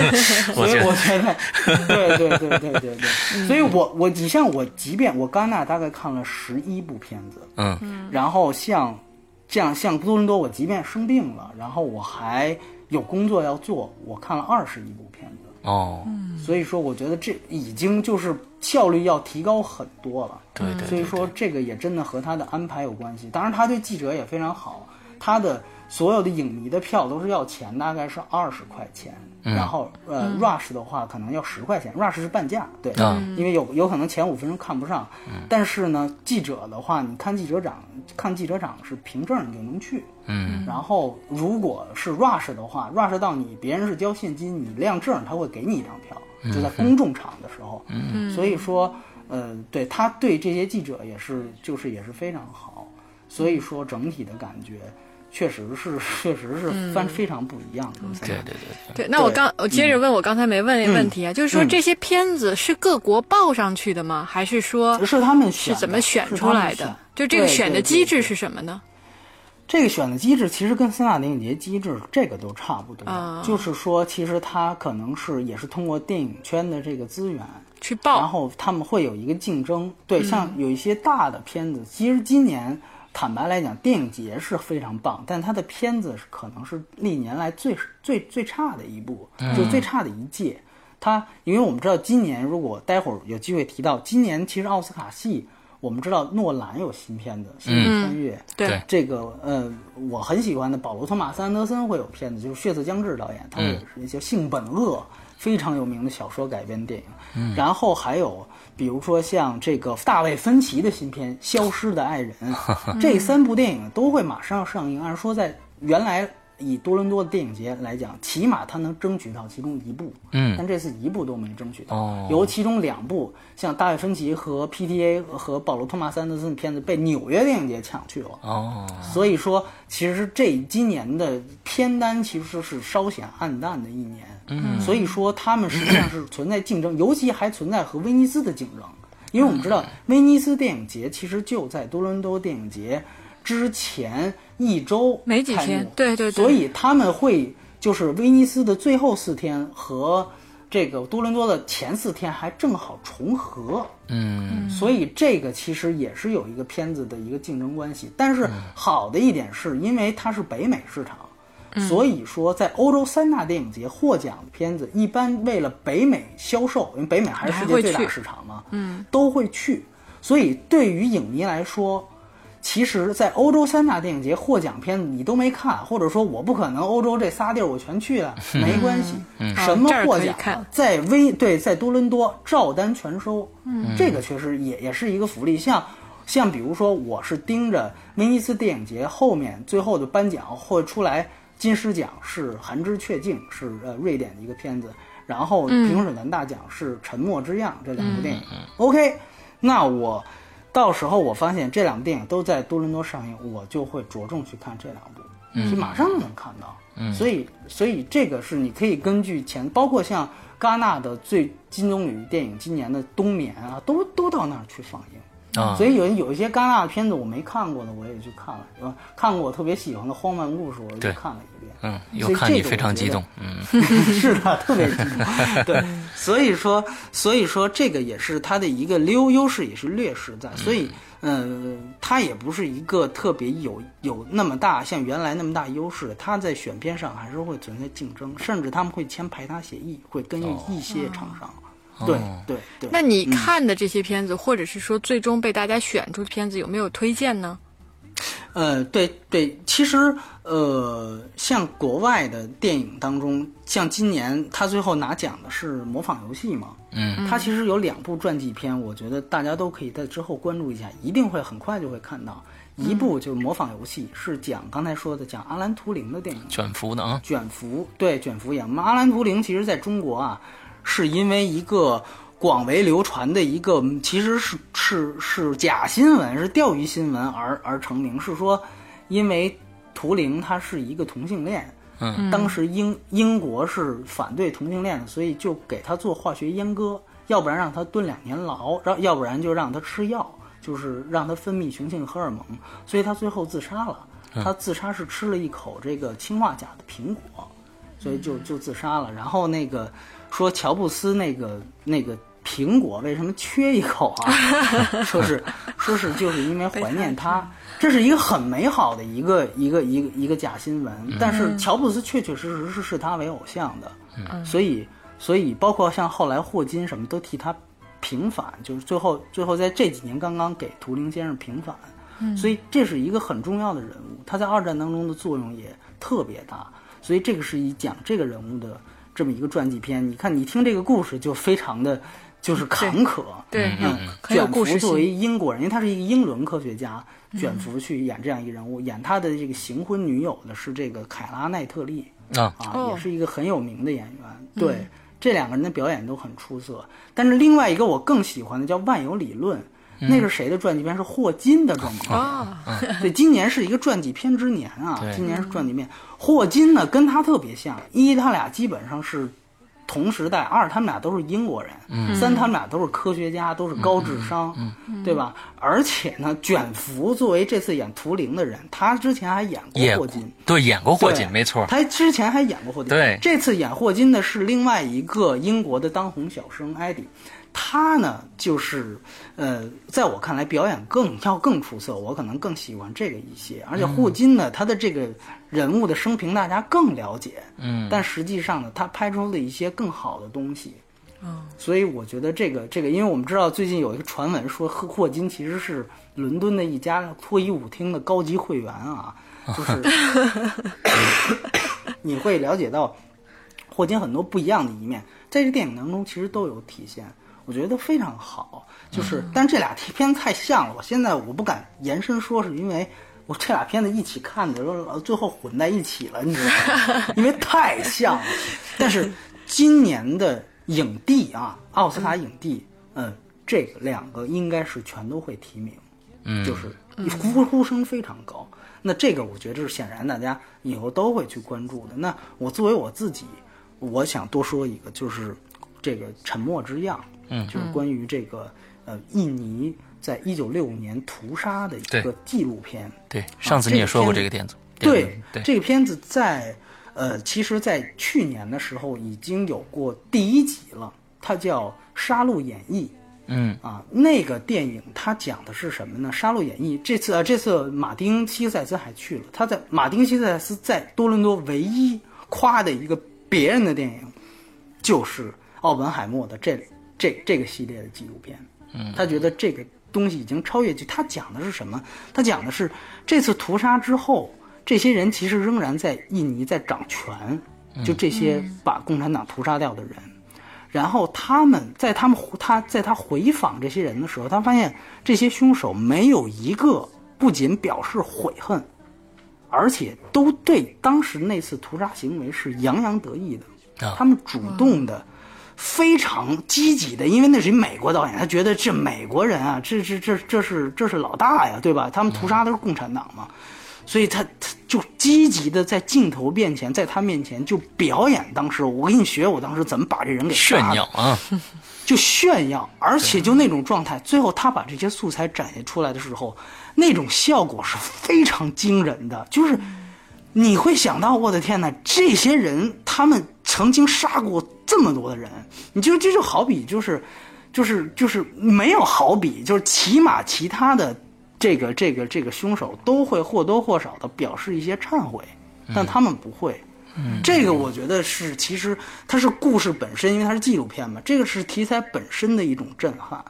[SPEAKER 1] [laughs] 我
[SPEAKER 2] 所以
[SPEAKER 1] 觉
[SPEAKER 2] 我
[SPEAKER 1] 得
[SPEAKER 2] 觉得，
[SPEAKER 1] [laughs]
[SPEAKER 2] 对对对对对对，所以我我你像我，即便我戛纳大概看了十一部片子，
[SPEAKER 1] 嗯，
[SPEAKER 2] 然后像这样像多伦多，我即便生病了，然后我还有工作要做，我看了二十一部片子，
[SPEAKER 1] 哦，
[SPEAKER 2] 所以说我觉得这已经就是效率要提高很多了。
[SPEAKER 1] 对对对
[SPEAKER 2] 嗯所以说这个也真的和他的安排有关系。当然，他对记者也非常好，他的所有的影迷的票都是要钱，大概是二十块钱。
[SPEAKER 1] 嗯
[SPEAKER 2] 然后呃、r u s h 的话可能要十块钱，Rush 是半价，对，
[SPEAKER 1] 嗯
[SPEAKER 2] 因为有有可能前五分钟看不上。但是呢，记者的话，你看记者长，看记者长是凭证你就能去。
[SPEAKER 1] 嗯，
[SPEAKER 2] 然后如果是 rush 的话，rush 到你别人是交现金，你亮证他会给你一张票，
[SPEAKER 3] 嗯
[SPEAKER 2] 就在公众场的时候。嗯，所以说，呃，对他对这些记者也是就是也是非常好，所以说整体的感觉确实是 [laughs] 确实是翻非常不一样的。
[SPEAKER 1] 对对对对，
[SPEAKER 3] 嗯对，那我
[SPEAKER 2] 对
[SPEAKER 3] 刚我接着问我刚才没问那个问题啊，就是说
[SPEAKER 2] 嗯
[SPEAKER 3] 这些片子是各国报上去的吗？还是说
[SPEAKER 2] 是他们选
[SPEAKER 3] 是
[SPEAKER 2] 的
[SPEAKER 3] 怎么选
[SPEAKER 2] 是他
[SPEAKER 3] 出
[SPEAKER 2] 们
[SPEAKER 3] 来
[SPEAKER 2] 选
[SPEAKER 3] 的？就这个
[SPEAKER 2] 对
[SPEAKER 3] 选的
[SPEAKER 2] 对
[SPEAKER 3] 机
[SPEAKER 2] 对
[SPEAKER 3] 制是什么呢？
[SPEAKER 2] 这个选的机制其实跟三大电影节机制这个都差不多，
[SPEAKER 3] 哦
[SPEAKER 2] 就是说，其实它可能是也是通过电影圈的这个资源，
[SPEAKER 3] 去
[SPEAKER 2] 然
[SPEAKER 3] 报
[SPEAKER 2] 后他们会有一个竞争。对，像有一些大的片子，其实今年坦白来讲，电影节是非常棒，但它的片子是可能是历年来最最最差的一部，就最差的一届。它因为我们知道今年，如果待会儿有机会提到，今年其实奥斯卡系。我们知道诺兰有新片子《星际穿越》
[SPEAKER 3] 对
[SPEAKER 2] 这个呃，我很喜欢的保罗·托马斯·安德森会有片子，就是血色将至导
[SPEAKER 1] 嗯
[SPEAKER 2] 演，他会有一些性本恶非常有名的小说改编的电影。
[SPEAKER 1] 嗯
[SPEAKER 2] 然后还有比如说像这个大卫·芬奇的新片《消失的爱人》，
[SPEAKER 1] [laughs] 嗯
[SPEAKER 2] 这三部电影都会马上要上映。按说在原来以多伦多的电影节来讲，起码他能争取到其中一部，
[SPEAKER 1] 嗯
[SPEAKER 2] 但这次一部都没争取到。
[SPEAKER 1] 哦
[SPEAKER 2] 由其中两部，像大卫·芬奇和 PTA 和保罗·托马斯·安德森的片子被纽约电影节抢去了。
[SPEAKER 1] 哦，
[SPEAKER 2] 所以说，其实这今年的片单其实是稍显暗淡的一年。嗯，所以说他们实际上是存在竞争，尤其还存在和威尼斯的竞争，因为我们知道威尼斯电影节其实就在多伦多电影节之前一周
[SPEAKER 3] 没几
[SPEAKER 2] 开幕
[SPEAKER 3] 天对对对
[SPEAKER 2] 所以他们会就是威尼斯的最后四天和这个多伦多的前四天还正好重合，
[SPEAKER 1] 嗯
[SPEAKER 2] 所以这个其实也是有一个片子的一个竞争关系。但是好的一点是因为它是北美市场，所以说在欧洲三大电影节获奖的片子，一般为了北美销售，因为北美还是世界最大
[SPEAKER 3] 还会
[SPEAKER 2] 的
[SPEAKER 3] 去
[SPEAKER 2] 市场嘛，嗯，都会去。所以对于影迷来说，其实，在欧洲三大电影节获奖片子你都没看，或者说我不可能欧洲这仨地儿我全去了，
[SPEAKER 3] 嗯
[SPEAKER 2] 没关系，什么
[SPEAKER 3] 这儿可以
[SPEAKER 2] 获奖
[SPEAKER 3] 看
[SPEAKER 2] 在微对在多伦多照单全收，
[SPEAKER 3] 嗯
[SPEAKER 2] 这个确实也也是一个福利。像像比如说，我是盯着威尼斯电影节后面最后的颁奖会出来金狮奖是《寒枝雀静》，是呃瑞典的一个片子，然后
[SPEAKER 3] 嗯
[SPEAKER 2] 评审团大奖是《沉默之漾》这两部电影。OK，那我到时候我发现这两部电影都在多伦多上映，我就会着重去看这两部，
[SPEAKER 1] 嗯
[SPEAKER 2] 所以马上就能看到。所以所以这个是你可以根据前，包括像戛纳的最金棕榈电影今年的《冬眠》啊，都都到那儿去放映。
[SPEAKER 1] 啊
[SPEAKER 2] 所以有有一些戛纳的片子我没看过的，我也去看了，对吧？看过我特别喜欢的《荒漫故事》，我
[SPEAKER 1] 对
[SPEAKER 2] 又看了一遍。
[SPEAKER 1] 嗯，又
[SPEAKER 2] 所以
[SPEAKER 1] 看
[SPEAKER 2] 这
[SPEAKER 1] 你
[SPEAKER 2] 个
[SPEAKER 1] 非
[SPEAKER 2] 我
[SPEAKER 1] 常
[SPEAKER 2] 觉
[SPEAKER 1] 激
[SPEAKER 2] 得
[SPEAKER 1] 动，嗯
[SPEAKER 2] [laughs] 是的，特别激动。对，所以说，所以说这个也是它的一个优优势，也是劣势在。所以，呃，它也不是一个特别有有那么大像原来那么大优势，它在选片上还是会存在竞争，甚至他们会签排他协议，会跟一些厂商。对对对。
[SPEAKER 3] 那你看的这些片子，或者是说最终被大家选出的片子，有没有推荐呢？
[SPEAKER 2] 呃，对对，其实呃，像国外的电影当中，像今年他最后拿奖的是《模仿游戏》嘛，
[SPEAKER 1] 嗯，
[SPEAKER 2] 他其实有两部传记片，我觉得大家都可以在之后关注一下，一定会很快就会看到。一部就是《模仿游戏》，是讲刚才说的讲阿兰图灵的电影，
[SPEAKER 1] 卷福呢啊，
[SPEAKER 2] 卷福，对卷福演阿兰图灵，其实在中国啊，是因为一个广为流传的一个，嗯其实是是是假新闻，是钓鱼新闻而而成名，是说因为图灵他是一个同性恋。
[SPEAKER 1] 嗯，
[SPEAKER 2] 当时英英国是反对同性恋的，所以就给他做化学阉割，要不然让他蹲两年牢，让要不然就让他吃药，就是让他分泌雄性荷尔蒙，所以他最后自杀了。他自杀是吃了一口这个氰化钾的苹果，所以就就自杀了。然后那个说乔布斯那个那个苹果为什么缺一口啊？说是说是就是因为怀念他，这是一个很美好的一个一个一个一个假新闻。但是乔布斯确确实实是视他为偶像的，所以所以包括像后来霍金什么都替他平反，就是最后最后在这几年刚刚给图灵先生平反。
[SPEAKER 3] 嗯
[SPEAKER 2] 所以这是一个很重要的人物，他在二战当中的作用也特别大，所以这个是一讲这个人物的这么一个传记片。你看，你听这个故事就非常的就是坎坷，
[SPEAKER 3] 对，
[SPEAKER 2] 嗯，
[SPEAKER 3] 很有
[SPEAKER 2] 卷
[SPEAKER 3] 故
[SPEAKER 2] 福
[SPEAKER 3] 事
[SPEAKER 2] 作
[SPEAKER 3] 性嗯
[SPEAKER 2] 为。英国人，因为他是一个英伦科学家，卷福去演这样一个人物，演他的这个行婚女友的是这个凯拉奈特利，
[SPEAKER 1] 啊，
[SPEAKER 2] 啊，
[SPEAKER 3] 哦
[SPEAKER 2] 也是一个很有名的演员。对，这两个人的表演都很出色。但是另外一个我更喜欢的叫《万有理论》，那是谁的传记片？是霍金的传记片。
[SPEAKER 3] 啊，
[SPEAKER 2] 对，今年是一个传记片之年啊
[SPEAKER 1] 对，
[SPEAKER 2] 今年是传记片。霍金呢，跟他特别像，一他俩基本上是同时代，二他们俩都是英国人，三他们俩都是科学家，都是高智商，对吧？而且呢，卷福作为这次演图灵的人，他之前还演
[SPEAKER 1] 也
[SPEAKER 2] 过霍金。
[SPEAKER 1] 对演过霍
[SPEAKER 2] 对
[SPEAKER 1] 金，没错，
[SPEAKER 2] 他之前还演过霍金，
[SPEAKER 1] 对
[SPEAKER 2] 这次演霍金的是另外一个英国的当红小生艾迪，他呢就是呃，在我看来表演更要更出色，我可能更喜欢这个一些。而且霍
[SPEAKER 1] 嗯
[SPEAKER 2] 金呢，他的这个人物的生平大家更了解，嗯，但实际上呢，他拍出了一些更好的东西。所以我觉得这个这个，因为我们知道最近有一个传闻说，霍霍金其实是伦敦的一家脱衣舞厅的高级会员啊，就是
[SPEAKER 1] [laughs]
[SPEAKER 2] [laughs] 你会了解到霍金很多不一样的一面，在这电影当中其实都有体现，我觉得非常好。就是，但这俩片子太像了，我现在我不敢延伸说，是因为我这俩片子一起看的时候，呃最后混在一起了，你知道吗？ [laughs] 因为太像了。但是今年的影帝啊，奥斯卡影帝，嗯、这个两个应该是全都会提名。
[SPEAKER 1] 嗯
[SPEAKER 2] 就是呼呼声非常高。那这个我觉得是显然大家以后都会去关注的。那我作为我自己，我想多说一个，就是这个《沉默之漾》，嗯，就是关于这个呃印尼在一九六五年屠杀的一
[SPEAKER 1] 对
[SPEAKER 2] 啊个纪录片。
[SPEAKER 1] 嗯对，上次你也说过这个点子，
[SPEAKER 2] 对，
[SPEAKER 1] 对，
[SPEAKER 2] 这个片子在呃，其实，在去年的时候已经有过第一集了，它叫《杀戮演义》。
[SPEAKER 1] 嗯
[SPEAKER 2] 啊，那个电影它讲的是什么呢？《杀戮演义》这次啊，这次马丁·西塞斯还去了，他在马丁·西塞斯在多伦多唯一夸的一个别人的电影，就是奥本海默的这这这个系列的纪录片。嗯，他觉得这个东西已经超越剧，他讲的是什么？他讲的是这次屠杀之后，这些人其实仍然在印尼在掌权，就这些把共产党屠杀掉的人。然后他们在他们他在他回访这些人的时候，他发现这些凶手没有一个不仅表示悔恨，而且都对当时那次屠杀行为是洋洋得意的
[SPEAKER 1] 啊。
[SPEAKER 2] 他们主动的、非常积极的，因为那是一美国导演，他觉得这美国人啊，这这这这是这是老大呀，对吧？他们屠杀的是共产党嘛，所以他他就积极的在镜头面前，在他面前就表演当时我给你学我当时怎么把这人给
[SPEAKER 1] 炫
[SPEAKER 2] 杀的
[SPEAKER 1] 耀啊，
[SPEAKER 2] 就炫耀，而且就那种状态。最后他把这些素材展现出来的时候，那种效果是非常惊人的，就是你会想到，我的天呐，这些人他们曾经杀过这么多的人，你就这就好比就是，就是就是没有好比，就是起码其他的这个这个这个凶手都会或多或少的表示一些忏悔，但他们不会。这个我觉得是，其实它是故事本身，因为它是纪录片嘛，这个是题材本身的一种震撼，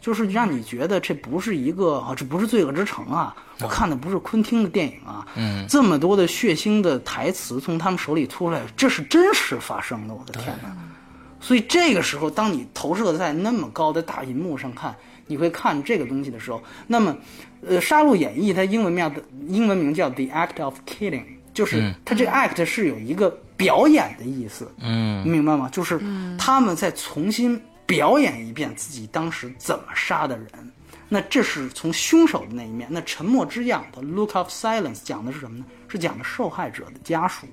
[SPEAKER 2] 就是让你觉得这不是一个啊，这不是《罪恶之城》啊，我看的不是昆汀的电影啊，嗯，这么多的血腥的台词从他们手里出来，这是真实发生的，我的天哪！所以这个时候，当你投射在那么高的大银幕上看，你会看这个东西的时候，那么，呃，《杀戮演义》它英文名叫英文名叫《The Act of Killing》，就是它这个 act 是有一个表演的意思，
[SPEAKER 1] 嗯，
[SPEAKER 2] 明白吗？就是他们再重新表演一遍自己当时怎么杀的人。那这是从凶手的那一面。那《沉默之样》的《Look of Silence》讲的是什么呢？是讲的受害者的家属。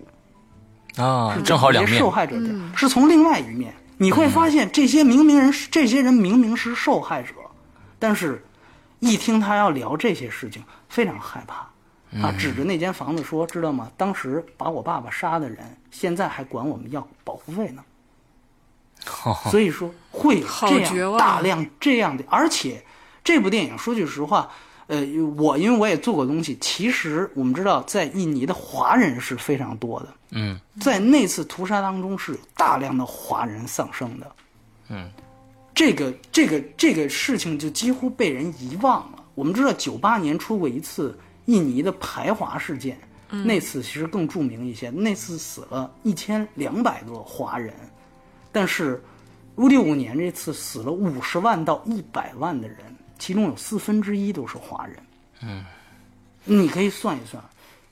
[SPEAKER 2] [laughs]
[SPEAKER 1] 啊，正好两
[SPEAKER 2] 也
[SPEAKER 1] 面
[SPEAKER 2] 受，害者的、
[SPEAKER 3] 嗯
[SPEAKER 2] 是从另外一面，你会发现这些明明人是，这些人明明是受害者，但是，一听他要聊这些事情，非常害怕。
[SPEAKER 1] 嗯
[SPEAKER 2] 啊，指着那间房子说：“知道吗？当时把我爸爸杀的人，现在还管我们要保护费呢。”所以说会有
[SPEAKER 3] 好
[SPEAKER 2] 这
[SPEAKER 3] 绝
[SPEAKER 2] 样
[SPEAKER 3] 望啊
[SPEAKER 2] 大量这样的，而且这部电影说句实话，呃，我因为我也做过东西，其实我们知道在印尼的华人是非常多的，
[SPEAKER 1] 嗯，
[SPEAKER 2] 在那次屠杀当中是有大量的华人丧生的，嗯，这个这个这个事情就几乎被人遗忘了。我们知道九八年出过一次印尼的排华事件，那次其实更著名一些，那次死了一千两百个华人，但是六五年这次死了五十万到一百万的人，其中有四分之一都是华人。嗯，你可以算一算，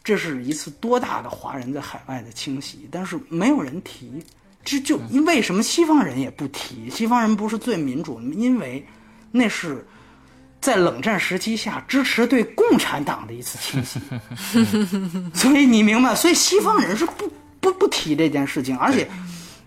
[SPEAKER 2] 这是一次多大的华人在海外的清洗，但是没有人提。这就因为什么西方人也不提？西方人不是最民主，因为那是在冷战时期下支持对共产党的一次清洗。所以你明白，所以西方人是不不不提这件事情，而且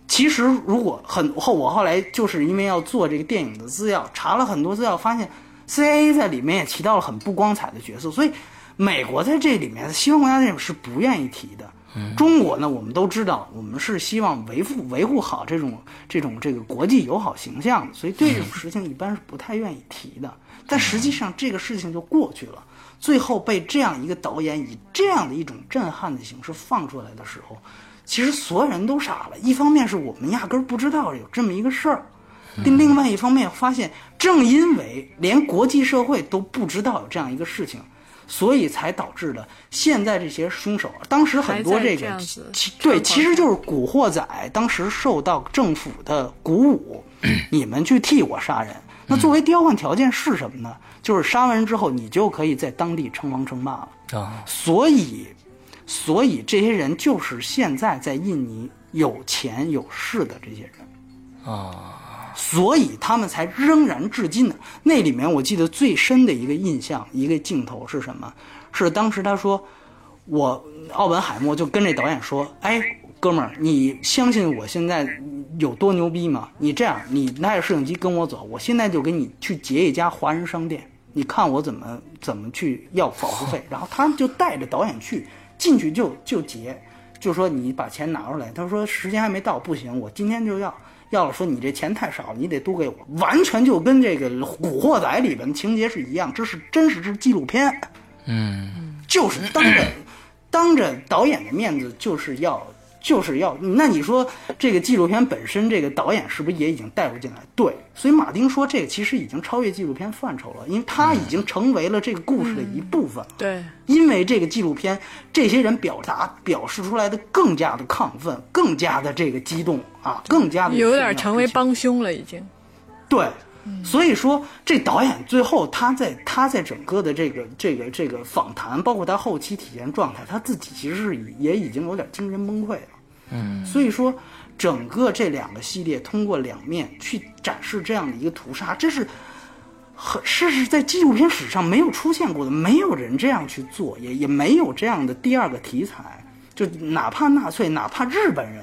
[SPEAKER 2] 其实如果很后，我后来就是因为要做这个电影的资料，查了很多资料，发现 CIA 在里面也起到了很不光彩的角色，所以美国在这里面，西方国家这种是不愿意提的。中国呢，我们都知道，我们是希望维护维护好这种这种这个国际友好形象的，所以对这种事情一般是不太愿意提的。但实际上，这个事情就过去了。最后被这样一个导演以这样的一种震撼的形式放出来的时候，其实所有人都傻了。一方面是我们压根儿不知道有这么一个事儿，另另外一方面发现，正因为连国际社会都不知道有这样一个事情，所以才导致了现在这些凶手，当时很多
[SPEAKER 3] 还在
[SPEAKER 2] 个
[SPEAKER 3] 这样子
[SPEAKER 2] 其
[SPEAKER 3] 疯
[SPEAKER 2] 对，
[SPEAKER 3] 狂
[SPEAKER 2] 其实就是《古惑仔》当时受到政府的鼓舞，你们去替我杀
[SPEAKER 3] 嗯
[SPEAKER 2] 人。那作为交换条件是什么呢？就是杀完人之后，你就可以在当地称王称霸了。
[SPEAKER 1] 啊，
[SPEAKER 2] 所以，所以这些人就是现在在印尼有钱有势的这些人啊，所以他们才仍然至今的。那里面我记得最深的一个印象，一个镜头是什么？是当时他说，我奥本海默就跟这导演说：“哎，哥们儿，你相信我现在有多牛逼吗？你这样，你拿着摄影机跟我走，我现在就给你去劫一家华人商店，你看我怎么怎么去要保护费。”然后他们就带着导演去，进去就就劫，就说你把钱拿出来，他说时间还没到，不行，我今天就要。要了说你这钱太少，你得多给我，完全就跟这个《古惑仔》里边的情节是一样，这是真实是纪录片，嗯，就是当着当着导演的面子，就是要就是要，那你说这个纪录片本身，这个导演是不是也已经带入进来？对，所以马丁说这个其实已经超越纪录片范畴了，因为它已经成为了这个故事的一部分了。
[SPEAKER 3] 对，
[SPEAKER 2] 因为这个纪录片，这些人表达表示出来的更加的亢奋，更加的这个激动啊，更加的
[SPEAKER 3] 有点成为帮嗯凶了，已经。
[SPEAKER 2] 对，所以说这导演最后他在他在整个的这个这个这个访谈，包括他后期体验状态，他自己其实是已也已经有点精神崩溃了。嗯，所以说整个这两个系列通过两面去展示这样的一个屠杀，这是很这是在纪录片史上没有出现过的，没有人这样去做，也也没有这样的第二个题材。就哪怕纳粹，哪怕日本人，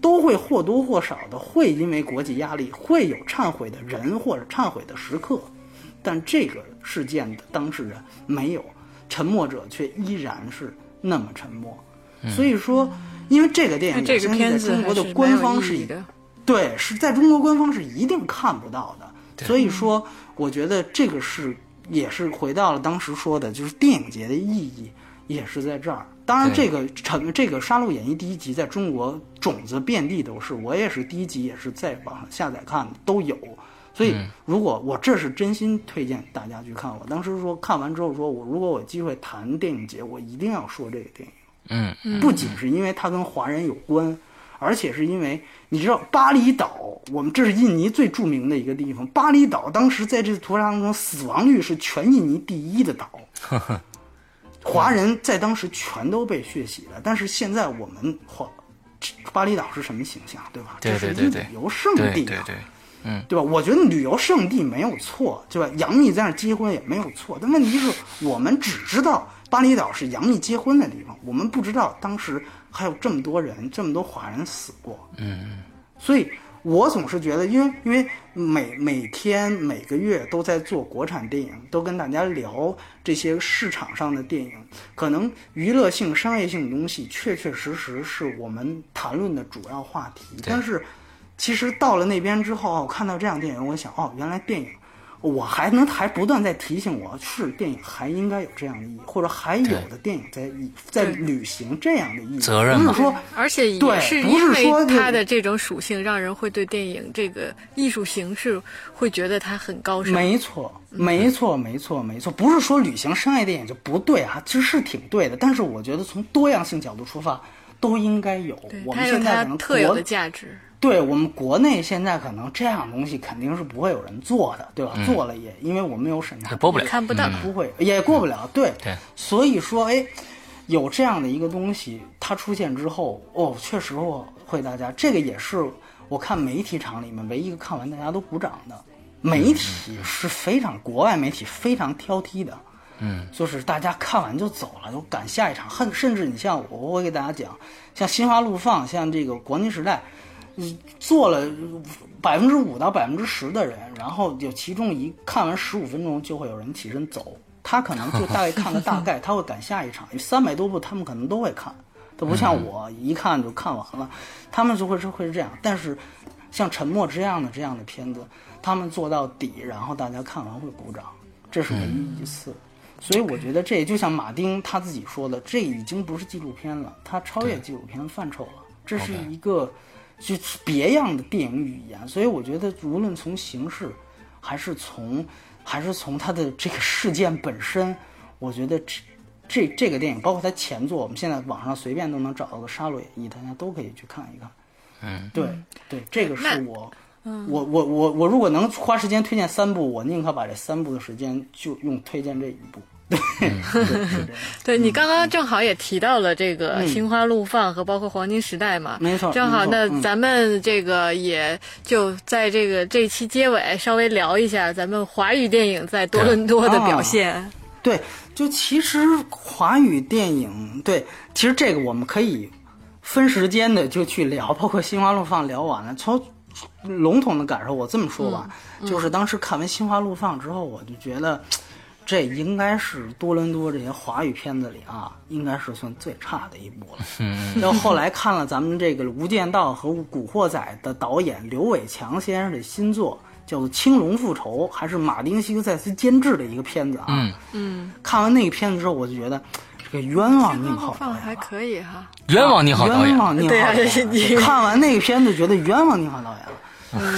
[SPEAKER 2] 都会或多或少的会因为国际压力会有忏悔的人或者忏悔的时刻，但这个事件的当事人没有，沉默者却依然是那么沉默。所以说，因为这个电
[SPEAKER 3] 那
[SPEAKER 2] 影
[SPEAKER 3] 这个
[SPEAKER 2] 相哎信在
[SPEAKER 3] 片子
[SPEAKER 2] 中
[SPEAKER 3] 还
[SPEAKER 2] 国
[SPEAKER 3] 是
[SPEAKER 2] 的官方
[SPEAKER 3] 蛮有
[SPEAKER 2] 是
[SPEAKER 3] 意义
[SPEAKER 2] 以
[SPEAKER 3] 的。
[SPEAKER 2] 对，是在中国官方是一定看不到的。所以说，我觉得这个是也是回到了当时说的，就是电影节的意义也是在这儿。当然，
[SPEAKER 1] 对
[SPEAKER 2] 这个成这个《杀戮演义》第一集在中国种子遍地都是，我也是第一集也是在网上下载看的，都有。所以，如果我这是真心推荐大家去看，我当时说看完之后说，我如果我有机会谈电影节，我一定要说这个电影。
[SPEAKER 1] 嗯，
[SPEAKER 2] 不仅是因为它跟华人有关，而且是因为你知道巴厘岛，我们这是印尼最著名的一个地方。巴厘岛当时在这次屠杀当中，死亡率是全印尼第一
[SPEAKER 1] [laughs]
[SPEAKER 2] 的岛。华人在当时全都被血洗了，但是现在我们华巴厘岛是什么形象，对吧？
[SPEAKER 1] 对对
[SPEAKER 2] 这是
[SPEAKER 1] 对
[SPEAKER 2] 一
[SPEAKER 1] 对
[SPEAKER 2] 旅游胜地、啊，
[SPEAKER 1] 对对对，
[SPEAKER 2] 对吧？我觉得旅游胜地没有错，对吧？杨幂在那儿结婚也没有错，但问题是我们只知道巴厘岛是杨幂结婚的地方，我们不知道当时还有这么多人，这么多华人死过。嗯，所以我总是觉得，因为因为每每天每个月都在做国产电影，都跟大家聊这些市场上的电影，可能娱乐性、商业性的东西，确确实实是我们谈论的主要话题，但是。其实到了那边之后，我看到这样电影，我想哦，原来电影，我还能还不断在提醒我，是电影还应该有这样的意义，或者还有的电影在意在履行这样的意义，
[SPEAKER 1] 责任
[SPEAKER 2] 不
[SPEAKER 1] 嘛
[SPEAKER 2] 是说
[SPEAKER 3] 而且也
[SPEAKER 2] 对
[SPEAKER 3] 是
[SPEAKER 2] 不
[SPEAKER 3] 因
[SPEAKER 2] 是
[SPEAKER 3] 为
[SPEAKER 2] 说这
[SPEAKER 3] 它的这种属性，让人会对电影这个艺术形式会觉得它很高尚。
[SPEAKER 2] 没错，没错，没错，没错，不是说旅行商业电影就不对啊，其实是挺对的，但是我觉得从多样性角度出发，都应该有
[SPEAKER 3] 对。，
[SPEAKER 2] 我们
[SPEAKER 3] 它有
[SPEAKER 2] 现在
[SPEAKER 3] 它
[SPEAKER 2] 可能
[SPEAKER 3] 特有
[SPEAKER 2] 国
[SPEAKER 3] 的价值。
[SPEAKER 2] 对我们国内现在可能这样东西肯定是不会有人做的，对吧？做了也因为我们有审查
[SPEAKER 1] 这，播不了嗯
[SPEAKER 3] 也，看不到，
[SPEAKER 2] 不会，也过不了。对，
[SPEAKER 1] 对
[SPEAKER 2] 所以说，哎，有这样的一个东西，它出现之后，哦，确实我会大家，这个也是我看媒体场里面唯一一个看完大家都鼓掌的。媒体是非常国外媒体非常挑剔的，嗯，就是大家看完就走了，就赶下一场，甚甚至你像我，我会给大家讲，像心花怒放，像这个国民时代，嗯做了百分之五到百分之十的人，然后有其中一看完十五分钟就会有人起身走，他可能就大概看个大概，他会赶下一场， [laughs] 三百多部他们可能都会看，他不像我一看就看完了，他们就会是会是这样，但是像《沉默》这样的这样的片子，他们做到底，然后大家看完会鼓掌，这是唯一一次。所以我觉得这也就像马丁他自己说的，这已经不是纪录片了，它超越纪录片范畴了，这是一个就是别样的电影语言。所以我觉得，无论从形式，还是从还是从它的这个事件本身，我觉得这这这个电影，包括它前作，我们现在网上随便都能找到个《杀戮演义》，大家都可以去看一看。嗯，对对，这个是
[SPEAKER 3] 那
[SPEAKER 2] 我。我我我我如果能花时间推荐三部，我宁可把这三部的时间就用推荐这一部。对，对是这样
[SPEAKER 3] 对你刚刚正好也提到了这个《心花怒放》和包括《黄金时代》嘛，
[SPEAKER 2] 嗯没错
[SPEAKER 3] 正好
[SPEAKER 2] 没错
[SPEAKER 3] 那
[SPEAKER 2] 嗯
[SPEAKER 3] 咱们这个也就在这个这一期结尾稍微聊一下咱们华语电影在多伦多
[SPEAKER 2] 啊
[SPEAKER 3] 的表现。
[SPEAKER 2] 对，就其实华语电影，对，其实这个我们可以分时间的就去聊， [laughs] 包括《心花怒放》聊完了，从嗯笼统的感受，我这么说吧，就是当时看完《心花怒放》之后，我就觉得，这应该是多伦多这些华语片子里啊，应该是算最差的一部了。嗯，然后后来看了咱们这个《无间道》和《古惑仔》的导演刘伟强先生的新作，叫做《青龙复仇》，还是马丁·西克塞斯监制的一个片子啊。嗯嗯，看完那个片子之后，我就觉得这个冤枉宁好
[SPEAKER 3] 放
[SPEAKER 2] 导
[SPEAKER 3] 的
[SPEAKER 2] 演啊
[SPEAKER 3] 还可以哈。
[SPEAKER 4] 冤枉你好导
[SPEAKER 2] 冤
[SPEAKER 4] 演，
[SPEAKER 2] 枉宁
[SPEAKER 3] 对
[SPEAKER 2] 浩
[SPEAKER 3] 啊
[SPEAKER 2] 导
[SPEAKER 3] 这
[SPEAKER 2] 演
[SPEAKER 3] 你
[SPEAKER 2] 看完那个片子，觉得冤枉宁浩导演了。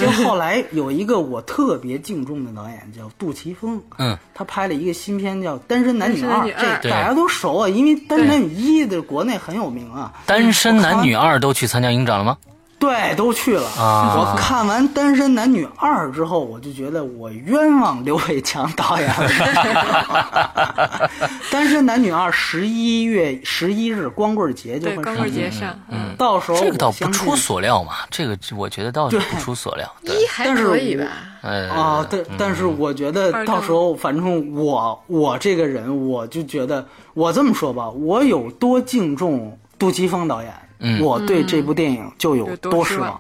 [SPEAKER 2] 就后来有一个我特别敬重的导演叫杜琪峰，
[SPEAKER 4] 嗯，
[SPEAKER 2] 他拍了一个新片叫《单身男女
[SPEAKER 3] 单身
[SPEAKER 2] 二
[SPEAKER 3] 男》，女二
[SPEAKER 2] 这
[SPEAKER 4] 对
[SPEAKER 2] 大家都熟啊，因为《单身男女一》的国内很有名啊，
[SPEAKER 4] 单身男女二都去参加影展了吗？
[SPEAKER 2] 对，都去了。
[SPEAKER 4] 啊
[SPEAKER 2] 我看完《单身男女二》之后，我就觉得我冤枉刘伟强导
[SPEAKER 4] [laughs]
[SPEAKER 2] 演了。《单身男女二》十一月十一日光棍节就
[SPEAKER 3] 对，
[SPEAKER 2] 会
[SPEAKER 3] 光
[SPEAKER 2] 上
[SPEAKER 3] 棍
[SPEAKER 2] 映，
[SPEAKER 3] 节上，嗯，
[SPEAKER 2] 到时候
[SPEAKER 4] 这个倒
[SPEAKER 2] 我
[SPEAKER 4] 不
[SPEAKER 2] 相
[SPEAKER 4] 出
[SPEAKER 2] 信
[SPEAKER 4] 所料嘛，这个我觉得倒是不出所料。对，
[SPEAKER 3] 一还
[SPEAKER 2] 但是
[SPEAKER 3] 可以
[SPEAKER 2] 我
[SPEAKER 3] 吧？
[SPEAKER 4] 呃，
[SPEAKER 2] 啊，但但是我觉得
[SPEAKER 3] 二
[SPEAKER 2] 到
[SPEAKER 3] 杠
[SPEAKER 2] 时候，反正我我这个人，我就觉得我这么说吧，我有多敬重杜琪峰导演，
[SPEAKER 4] 嗯
[SPEAKER 2] 我对这部电影就有
[SPEAKER 3] 有多
[SPEAKER 2] 多
[SPEAKER 3] 失
[SPEAKER 2] 失
[SPEAKER 3] 望
[SPEAKER 2] 望，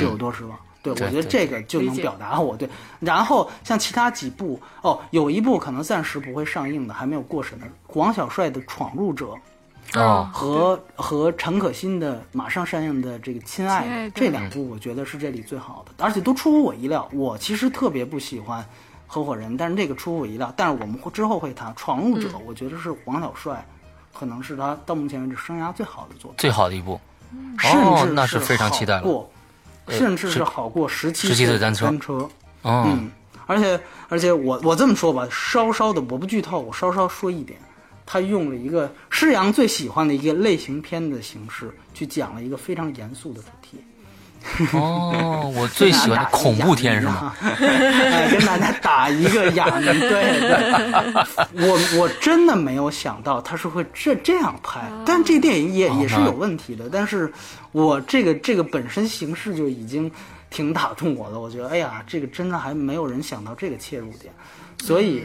[SPEAKER 2] 就有多失望。对，我
[SPEAKER 4] 对
[SPEAKER 2] 觉得
[SPEAKER 4] 对
[SPEAKER 2] 这个就
[SPEAKER 3] 理
[SPEAKER 2] 能
[SPEAKER 3] 解
[SPEAKER 2] 表达我对。然后像其他几部，哦，有一部可能暂时不会上映的，还没有过审的，王小帅的《闯入者》
[SPEAKER 4] 哦，
[SPEAKER 2] 和和陈可辛的马上上映的这个《亲爱的》
[SPEAKER 3] 亲爱的
[SPEAKER 2] 这两部，我觉得是这里最好的，而且都出乎我意料。我其实特别不喜欢《合伙人》，但是这个出乎我意料。但是我们会之后会谈《闯入者》，
[SPEAKER 3] 嗯
[SPEAKER 2] 我觉得是王小帅，可能是他到目前为止生涯最好的作品，
[SPEAKER 4] 最好的一部，
[SPEAKER 2] 甚至
[SPEAKER 4] 嗯那
[SPEAKER 2] 是
[SPEAKER 4] 是非常期待了呃
[SPEAKER 2] 好过，甚至是好过十七
[SPEAKER 4] 17岁
[SPEAKER 2] 单
[SPEAKER 4] 单车哦，
[SPEAKER 2] 嗯，而且而且我我这么说吧，稍稍的我不剧透，我稍稍说一点，他用了一个施洋最喜欢的一个类型片的形式，去讲了一个非常严肃的主题。
[SPEAKER 4] 哦，我最喜欢
[SPEAKER 2] [laughs]
[SPEAKER 4] 的恐怖片是
[SPEAKER 2] 啊
[SPEAKER 4] 吗？
[SPEAKER 2] 哎跟大家打一个哑谜，对对。我我真的没有想到他是会这这样拍，但这电影也也是有问题的。但是我这个这个本身形式就已经挺打动我的，我觉得哎呀，这个真的还没有人想到这个切入点，所以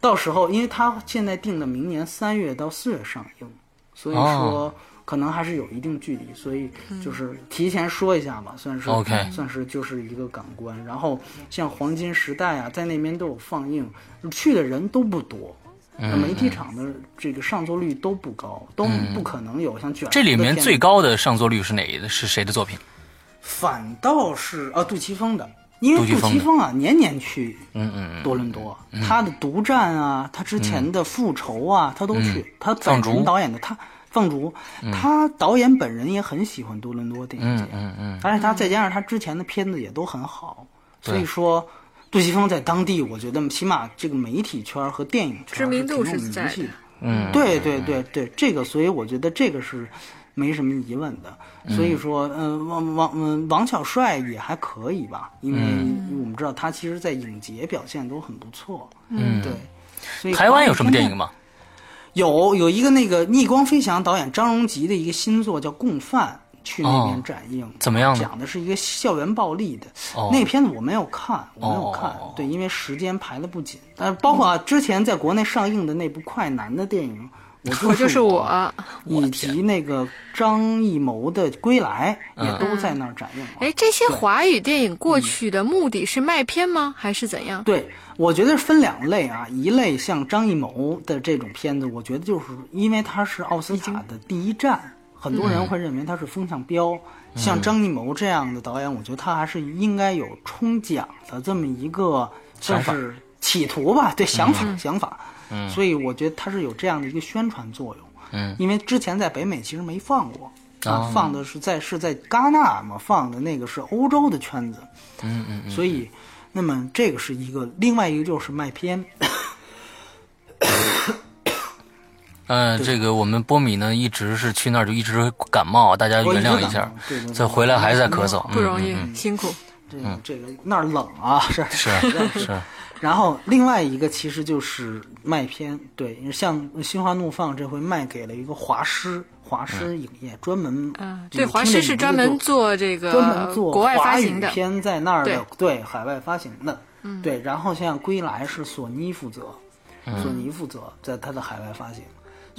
[SPEAKER 2] 到时候因为他现在定的明年三月到四月上映，所以说
[SPEAKER 4] 哦。
[SPEAKER 2] 可能还是有一定距离，所以就是提前说一下吧，算是
[SPEAKER 4] OK
[SPEAKER 2] 算是就是一个港湾。然后像黄金时代啊，在那边都有放映，去的人都不多，
[SPEAKER 4] 嗯
[SPEAKER 2] 媒体场的这个上座率都不高，都不可能有像卷。
[SPEAKER 4] 嗯这里面最高的上座率是哪？是谁的作品？
[SPEAKER 2] 反倒是啊，杜琪峰的，因为
[SPEAKER 4] 杜琪
[SPEAKER 2] 杜
[SPEAKER 4] 峰
[SPEAKER 2] 琪
[SPEAKER 4] 的
[SPEAKER 2] 峰啊，年年去
[SPEAKER 4] 嗯嗯嗯
[SPEAKER 2] 多伦多，他的独占啊，他之前的复仇啊，他都去。他载
[SPEAKER 4] 放逐
[SPEAKER 2] 潼导演的他放逐，他导演本人也很喜欢多伦多电影节，
[SPEAKER 4] 嗯嗯
[SPEAKER 2] 而且他再加上他之前的片子也都很好，所以说。杜琪峰在当地，我觉得起码这个媒体圈和电影圈
[SPEAKER 3] 知名度
[SPEAKER 2] 是
[SPEAKER 3] 是
[SPEAKER 2] 挺有
[SPEAKER 3] 在
[SPEAKER 2] 名
[SPEAKER 3] 的
[SPEAKER 2] 气的。
[SPEAKER 4] 嗯，
[SPEAKER 2] 对对对对，这个，所以我觉得这个是没什么疑问的。所以说，嗯、王王嗯王小帅也还可以吧，因为
[SPEAKER 4] 嗯
[SPEAKER 2] 我们知道他其实，在影节表现都很不错。嗯，对。所以
[SPEAKER 4] 台湾有什么电影
[SPEAKER 2] 吗？
[SPEAKER 4] 吗？
[SPEAKER 2] 有有一个那个逆光飞翔导演张荣吉的一个新作叫《共犯》，去那边
[SPEAKER 4] 哦
[SPEAKER 2] 展映。
[SPEAKER 4] 怎么样呢
[SPEAKER 2] 讲的是一个校园暴力的、
[SPEAKER 4] 哦
[SPEAKER 2] 那片子，我没有看，我没有看。
[SPEAKER 4] 哦
[SPEAKER 2] 对，因为时间排的不紧。但包括、啊、之前在国内上映的那部快男的电影，我就是
[SPEAKER 3] 我 [laughs] 就是
[SPEAKER 2] 我，
[SPEAKER 3] 我。啊
[SPEAKER 2] 以及那个张艺谋的《归来》
[SPEAKER 4] 嗯
[SPEAKER 2] 也都在那儿展映了。
[SPEAKER 3] 哎，这些华语电影过去的目的是卖片吗？还是怎样？
[SPEAKER 2] 对，我觉得分两类啊，一类像张艺谋的这种片子，我觉得就是因为他是奥斯卡的第一站，很多人会认为他是风向标。像张艺谋这样的导演，我觉得他还是应该有冲奖的这么一个算是企图吧，对想法、想法。嗯，所以我觉得他是有这样的一个宣传作用。
[SPEAKER 4] 嗯，
[SPEAKER 2] 因为之前在北美其实没放过。啊
[SPEAKER 4] 哦，
[SPEAKER 2] 放的是在是在戛纳嘛，放的那个是欧洲的圈子，嗯嗯，所以那么这个是一个，另外一个就是卖
[SPEAKER 4] [coughs]
[SPEAKER 2] 片，
[SPEAKER 4] 嗯，这个我们波米呢一直是去那儿就一直感冒，啊大家原谅一下，再回来还在咳
[SPEAKER 1] 嗯
[SPEAKER 4] 嗽，嗯
[SPEAKER 3] 不容易，辛苦。
[SPEAKER 2] 这个这个那儿冷
[SPEAKER 4] [laughs]
[SPEAKER 2] 啊，是
[SPEAKER 4] 是嗯
[SPEAKER 2] [laughs]
[SPEAKER 4] 是，
[SPEAKER 2] 然后另外一个其实就是卖片，对，像《心花怒放》这回卖给了一个华师，华师影业专门
[SPEAKER 3] 嗯，
[SPEAKER 2] 就
[SPEAKER 3] 对，华师是专门做这
[SPEAKER 2] 听
[SPEAKER 3] 个
[SPEAKER 2] 着名字就专门做
[SPEAKER 3] 国外发
[SPEAKER 2] 华
[SPEAKER 3] 行
[SPEAKER 2] 语
[SPEAKER 3] 的，嗯
[SPEAKER 2] 片在那儿的，对，海外发行的，对。然后像《归来》是索尼负责，索尼负责在它的海外发行。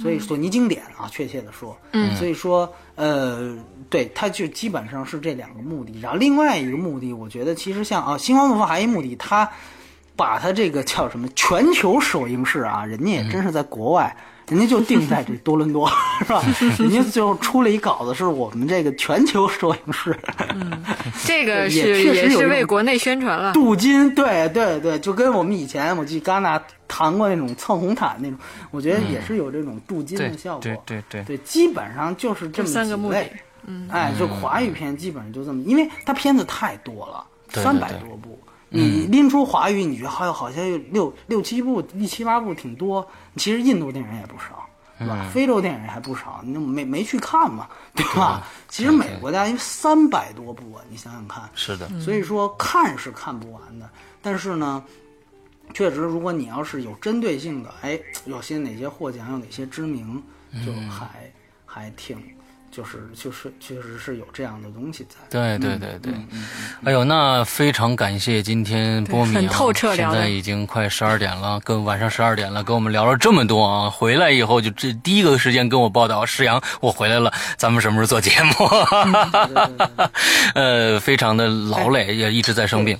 [SPEAKER 2] 所以索尼经典啊，确切的说，嗯，所以说，呃，对，它就基本上是这两个目的，然后另外一个目的，我觉得其实像啊，《星光怒放》还有一目的，它把它这个叫什么全球首映式啊，人家也真是在国外，人家就定在这多伦多， [laughs] 是吧？人家最后出了一稿子，是我们这个全球首映式，
[SPEAKER 3] 这个
[SPEAKER 2] 也
[SPEAKER 3] 是
[SPEAKER 2] 确实
[SPEAKER 3] 也
[SPEAKER 2] 有
[SPEAKER 3] 是
[SPEAKER 2] 用
[SPEAKER 3] 为国内宣传了。
[SPEAKER 2] 镀金，对对对，就跟我们以前我去戛纳谈过那种蹭红毯那种，我觉得也是有这种镀金
[SPEAKER 1] 对
[SPEAKER 2] 的效果。
[SPEAKER 1] 对对对，
[SPEAKER 2] 对，基本上就是这么
[SPEAKER 3] 这三个
[SPEAKER 2] 几
[SPEAKER 3] 目
[SPEAKER 2] 类
[SPEAKER 3] 的
[SPEAKER 2] 嗯，哎，就华语片基本上就这么，因为它片子太多了，
[SPEAKER 1] 对对
[SPEAKER 2] 三百
[SPEAKER 1] 对
[SPEAKER 2] 多部，你拎出华语，你觉得好像好像有六六七部、一七八部挺多，其实印度电影也不少。对吧？非洲电影还不少，你没没去看嘛，对吧？其实美国家因为三百多部啊，你想想看，
[SPEAKER 1] 是的，
[SPEAKER 2] 所以说看是看不完的，但是呢，确实如果你要是有针对性的，哎，有些哪些获奖，有哪些知名，就还、还挺，就是就是确实是有这样的东西在。
[SPEAKER 1] 对
[SPEAKER 3] 嗯
[SPEAKER 1] 对对对，哎呦，那非常感谢今天波米、啊、
[SPEAKER 3] 对很透彻
[SPEAKER 1] 现
[SPEAKER 3] 聊的
[SPEAKER 1] 在已经快十二点了，跟晚上十二点了，跟我们聊了这么多啊！回来以后就这第一个时间跟我报道，石阳，我回来了，咱们什么时候做节目？
[SPEAKER 3] 嗯
[SPEAKER 1] [laughs] 呃，非常的劳累，也一直在生病。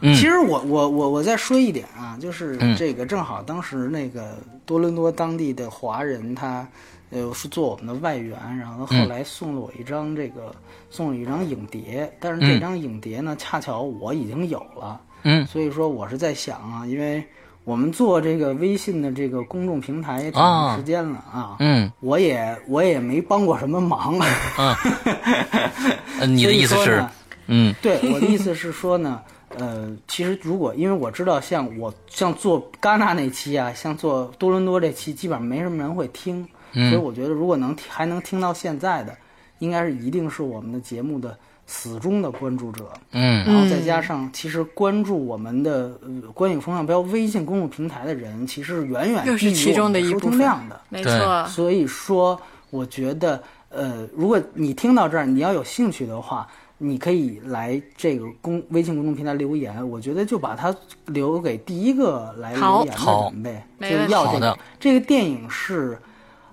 [SPEAKER 2] 其实我我我我再说一点啊，就是
[SPEAKER 1] 嗯
[SPEAKER 2] 这个正好当时那个多伦多当地的华人他。呃，是做我们的外援，然后后来送了我一张这个，送了一张影碟，但是这张影碟呢，恰巧我已经有了，
[SPEAKER 1] 嗯
[SPEAKER 2] 所以说我是在想啊，因为我们做这个微信的这个公众平台也挺
[SPEAKER 1] 啊
[SPEAKER 2] 长时间了啊，
[SPEAKER 1] 嗯
[SPEAKER 2] 我也我也没帮过什么忙，
[SPEAKER 1] 啊呃，你的
[SPEAKER 2] 所以
[SPEAKER 1] 意思
[SPEAKER 2] 说
[SPEAKER 1] 是
[SPEAKER 2] 呢，
[SPEAKER 1] 嗯
[SPEAKER 3] [laughs]
[SPEAKER 2] 对，我的意思是说呢，呃，其实如果因为我知道，像我像做戛纳那期啊，像做多伦多这期，基本上没什么人会听，
[SPEAKER 3] 嗯
[SPEAKER 2] 所以我觉得如果能听还能听到现在的，应该是一定是我们的节目的死忠的关注者。
[SPEAKER 1] 嗯，
[SPEAKER 2] 然后再加上，其实关注我们的呃观影风向标微信公众平台的人，其实远远
[SPEAKER 3] 又是
[SPEAKER 2] 低于
[SPEAKER 3] 其
[SPEAKER 2] 我
[SPEAKER 3] 中
[SPEAKER 2] 们
[SPEAKER 3] 的一
[SPEAKER 2] 收
[SPEAKER 3] 部
[SPEAKER 2] 听
[SPEAKER 3] 分
[SPEAKER 2] 量的。
[SPEAKER 3] 没
[SPEAKER 1] 对
[SPEAKER 3] 错，
[SPEAKER 2] 所以说，我觉得，呃，如果你听到这儿，你要有兴趣的话，你可以来这个公微信公众平台留言。我觉得就把它留给第一个来留
[SPEAKER 3] 好
[SPEAKER 2] 言的
[SPEAKER 1] 好
[SPEAKER 2] 人呗，就
[SPEAKER 3] 没问
[SPEAKER 2] 是
[SPEAKER 3] 题
[SPEAKER 2] 要这
[SPEAKER 1] 好的
[SPEAKER 2] 个这个电影是。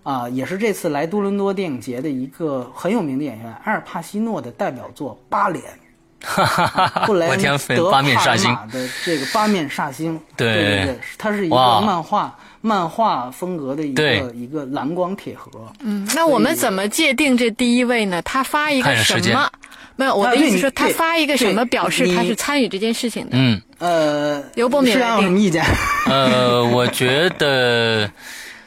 [SPEAKER 2] 啊、也是这次来多伦多电影节的一个很有名的演员阿尔帕西诺的代表作《八脸》，布莱
[SPEAKER 1] 啊 [laughs] 我
[SPEAKER 2] 恩
[SPEAKER 1] 天
[SPEAKER 2] 德
[SPEAKER 1] 八面煞星
[SPEAKER 2] 帕尔玛的这个八面煞星，
[SPEAKER 1] 对
[SPEAKER 2] 对对，它是一个
[SPEAKER 1] 哇
[SPEAKER 2] 漫画漫画风格的一个
[SPEAKER 1] 对
[SPEAKER 2] 一个蓝光铁盒。
[SPEAKER 3] 嗯，那我们怎么界定这第一位呢？他发一个
[SPEAKER 1] 看时
[SPEAKER 3] 什
[SPEAKER 1] 间
[SPEAKER 3] 么？没有，我的
[SPEAKER 2] 啊对
[SPEAKER 3] 意思
[SPEAKER 2] 你
[SPEAKER 3] 说他
[SPEAKER 2] 对
[SPEAKER 3] 发一个什么
[SPEAKER 2] 对
[SPEAKER 3] 表示他
[SPEAKER 2] 你
[SPEAKER 3] 是参与这件事情的？
[SPEAKER 1] 嗯，
[SPEAKER 2] 呃，
[SPEAKER 3] 刘伯敏
[SPEAKER 2] 是
[SPEAKER 3] 来
[SPEAKER 2] 有
[SPEAKER 3] 定
[SPEAKER 2] 什么意见？
[SPEAKER 1] 呃，我觉得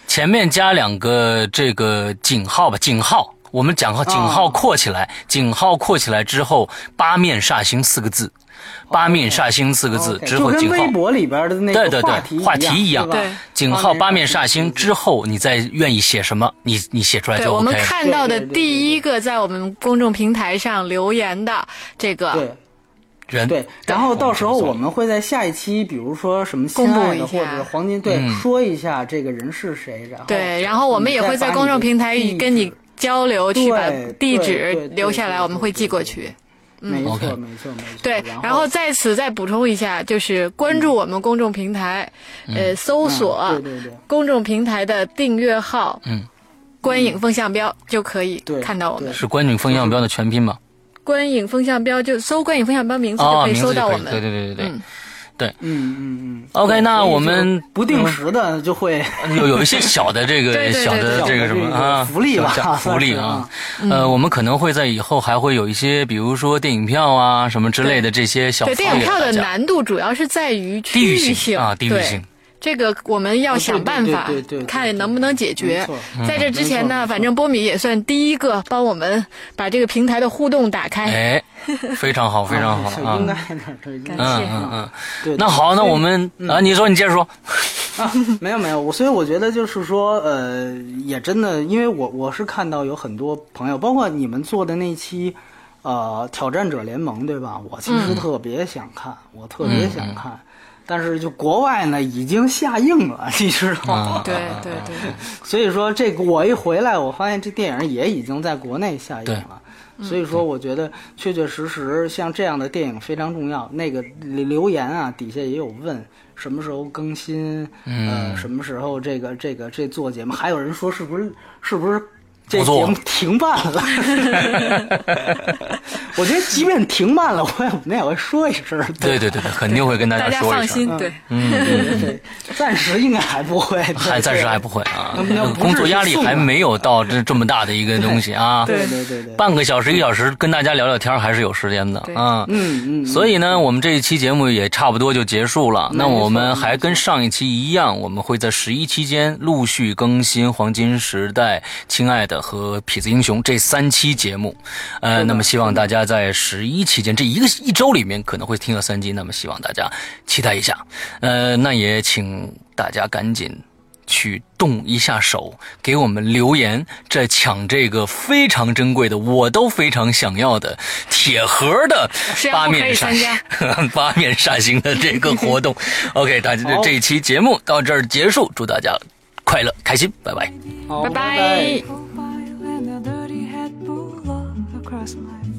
[SPEAKER 1] 前面加两个这个井号吧，井号。我们讲号井号括起来，井号括起来之后，八面煞星四个字，八面煞星四个 [laughs]
[SPEAKER 2] [laughs]
[SPEAKER 1] 字
[SPEAKER 2] 哦 OK，
[SPEAKER 1] 之
[SPEAKER 2] 就
[SPEAKER 1] 后
[SPEAKER 2] 跟
[SPEAKER 1] 井号
[SPEAKER 2] 微，博里边的那
[SPEAKER 1] 对对
[SPEAKER 2] 个话
[SPEAKER 1] 对，
[SPEAKER 2] 题
[SPEAKER 1] 话题
[SPEAKER 2] 一
[SPEAKER 1] 一样
[SPEAKER 2] 对吧
[SPEAKER 3] 对
[SPEAKER 1] 井号八面煞星之后，你再愿意写什么，你你写出来
[SPEAKER 3] 对
[SPEAKER 1] 就
[SPEAKER 3] 我
[SPEAKER 1] 哎 OK
[SPEAKER 3] 们
[SPEAKER 1] 了。
[SPEAKER 3] 看到
[SPEAKER 2] 对
[SPEAKER 3] 的
[SPEAKER 2] 对对对
[SPEAKER 3] 第一个在我们公众平台上留言的这个，
[SPEAKER 2] 对
[SPEAKER 1] 人
[SPEAKER 2] 对，然后到时候
[SPEAKER 1] 我
[SPEAKER 2] 我
[SPEAKER 1] 们
[SPEAKER 2] 们会在下一期，比如说什么
[SPEAKER 3] 公
[SPEAKER 2] 心
[SPEAKER 3] 布
[SPEAKER 2] 爱
[SPEAKER 3] 一
[SPEAKER 2] 的
[SPEAKER 3] 下
[SPEAKER 2] 或者黄金
[SPEAKER 1] 嗯
[SPEAKER 2] 对，说一下这个人是谁，然后
[SPEAKER 3] 对，然后我们也会在公众平台
[SPEAKER 2] 里
[SPEAKER 3] 跟你交流，去把
[SPEAKER 2] 对
[SPEAKER 3] 地
[SPEAKER 2] 对对
[SPEAKER 3] 址
[SPEAKER 2] 对
[SPEAKER 3] 留下来，
[SPEAKER 2] 对
[SPEAKER 3] 我们会
[SPEAKER 2] 对
[SPEAKER 3] 寄过
[SPEAKER 2] 对
[SPEAKER 3] 去。
[SPEAKER 2] 没错
[SPEAKER 1] OK
[SPEAKER 2] 没错没错，
[SPEAKER 3] 嗯对，
[SPEAKER 2] 然
[SPEAKER 3] 然后在此再补充一下，就是关注我们公众平台，呃，搜索、
[SPEAKER 2] 嗯对对对
[SPEAKER 3] 公众平台的订阅号，
[SPEAKER 1] 嗯，
[SPEAKER 3] 观影风向标就可以
[SPEAKER 2] 对
[SPEAKER 3] 看到我们
[SPEAKER 2] 对。
[SPEAKER 1] 是观景风向标的全拼吗？
[SPEAKER 3] 观影风向标就搜观影风向标名字就
[SPEAKER 1] 哦，
[SPEAKER 3] 可以
[SPEAKER 1] 名
[SPEAKER 3] 搜
[SPEAKER 1] 字
[SPEAKER 3] 到
[SPEAKER 1] 就
[SPEAKER 3] 我
[SPEAKER 1] 可以。
[SPEAKER 3] 们。
[SPEAKER 1] 对对对对对。
[SPEAKER 3] 嗯
[SPEAKER 2] 嗯嗯嗯
[SPEAKER 1] OK，那我们
[SPEAKER 2] 不定时的就会
[SPEAKER 1] 有有一些小的这
[SPEAKER 3] 对
[SPEAKER 1] 个
[SPEAKER 3] 对对
[SPEAKER 1] 小的
[SPEAKER 2] 对
[SPEAKER 1] 这个什么
[SPEAKER 2] 小的这个
[SPEAKER 1] 啊
[SPEAKER 2] 福利吧
[SPEAKER 1] 小小福利啊，呃，我们可能会在以后还会有一些，比如说电影票啊什么之类的这些小福利给
[SPEAKER 3] 对，电
[SPEAKER 1] 大家。
[SPEAKER 3] 影票的难度主要是在于
[SPEAKER 1] 地
[SPEAKER 3] 区
[SPEAKER 1] 域
[SPEAKER 3] 性
[SPEAKER 1] 性啊，地域
[SPEAKER 3] 对
[SPEAKER 1] 性，
[SPEAKER 3] 这个我们要想办法
[SPEAKER 2] 哦对对对对对对，
[SPEAKER 3] 看能不能解
[SPEAKER 2] 没
[SPEAKER 3] 决
[SPEAKER 2] 错。
[SPEAKER 1] 嗯
[SPEAKER 3] 在这之前
[SPEAKER 2] 没错没
[SPEAKER 3] 呢，
[SPEAKER 2] 错
[SPEAKER 3] 反正波米也算第一个帮我们把这个平台的互动打开。
[SPEAKER 1] 哎，非常好，非常好
[SPEAKER 2] 是 [laughs]
[SPEAKER 1] 啊
[SPEAKER 2] 应。该的，这应该
[SPEAKER 3] 感
[SPEAKER 2] 的
[SPEAKER 3] 谢
[SPEAKER 1] 嗯嗯嗯，
[SPEAKER 2] 对。
[SPEAKER 1] 那好，那
[SPEAKER 2] 所以
[SPEAKER 1] 我们啊，你说，你接着说。
[SPEAKER 2] 啊，没有没有，我所以我觉得就是说，呃，也真的，因为我我是看到有很多朋友，包括你们做的那期，呃，挑战者联盟，对吧？我其实特别想看，我特别想看，但是就国外呢已经下映了， [laughs] 你知道吗？
[SPEAKER 3] 对对
[SPEAKER 1] [laughs]
[SPEAKER 3] 对，
[SPEAKER 2] 所以说这个我一回来，我发现这电影也已经在国内下映了。所以说，我觉得确确实实像这样的电影非常重要。那个留留言啊，底下也有问什么时候更
[SPEAKER 1] 嗯
[SPEAKER 2] 新，呃，什么时候这个这个这做节目，还有人说是不是是不是这
[SPEAKER 1] 不做
[SPEAKER 2] 停停办了。 [laughs] 我觉得即便停办了，我也我们也会说一声。
[SPEAKER 1] 对对对对，肯定会跟大
[SPEAKER 3] 大
[SPEAKER 1] 家
[SPEAKER 3] 家
[SPEAKER 1] 说
[SPEAKER 3] 放
[SPEAKER 1] 一声。嗯
[SPEAKER 3] 心，对，
[SPEAKER 2] 对对，暂时应该还不会，对
[SPEAKER 1] 还暂时还
[SPEAKER 2] 对
[SPEAKER 1] 不会啊
[SPEAKER 2] 那那不，是
[SPEAKER 1] 工作压力还没有到这这么大的一个东西啊。
[SPEAKER 3] 对
[SPEAKER 2] 对对对对，
[SPEAKER 1] 半个小时一小时跟大家聊聊天还是有时间的
[SPEAKER 3] 对
[SPEAKER 1] 啊。
[SPEAKER 2] 嗯嗯，
[SPEAKER 1] 所以呢，我们这一期节目也差不多就结束了。那我们还跟上一期一样，我们会在十一期间陆续更新《黄金时代》《亲爱的》和《痞子英雄》这三期节目。呃，那么希望大家在十一期间这一个一周里面可能会听到三期，那么希望大家期待一下。呃，那也请大家赶紧。去动一下手，给我们留言，在抢这个非常珍贵的，我都非常想要的铁盒的
[SPEAKER 3] 谁要
[SPEAKER 1] 八
[SPEAKER 3] 不可以
[SPEAKER 1] 面
[SPEAKER 3] 参
[SPEAKER 1] 煞星 [laughs] 八面煞星的这个活
[SPEAKER 3] [laughs]
[SPEAKER 1] 动。OK，大家这
[SPEAKER 2] 好
[SPEAKER 1] 这一期节目到这儿结束，祝大家快乐开心，拜拜。
[SPEAKER 2] 好
[SPEAKER 3] 拜
[SPEAKER 2] 拜
[SPEAKER 3] 拜。
[SPEAKER 5] go by and a dirty hat pull up across my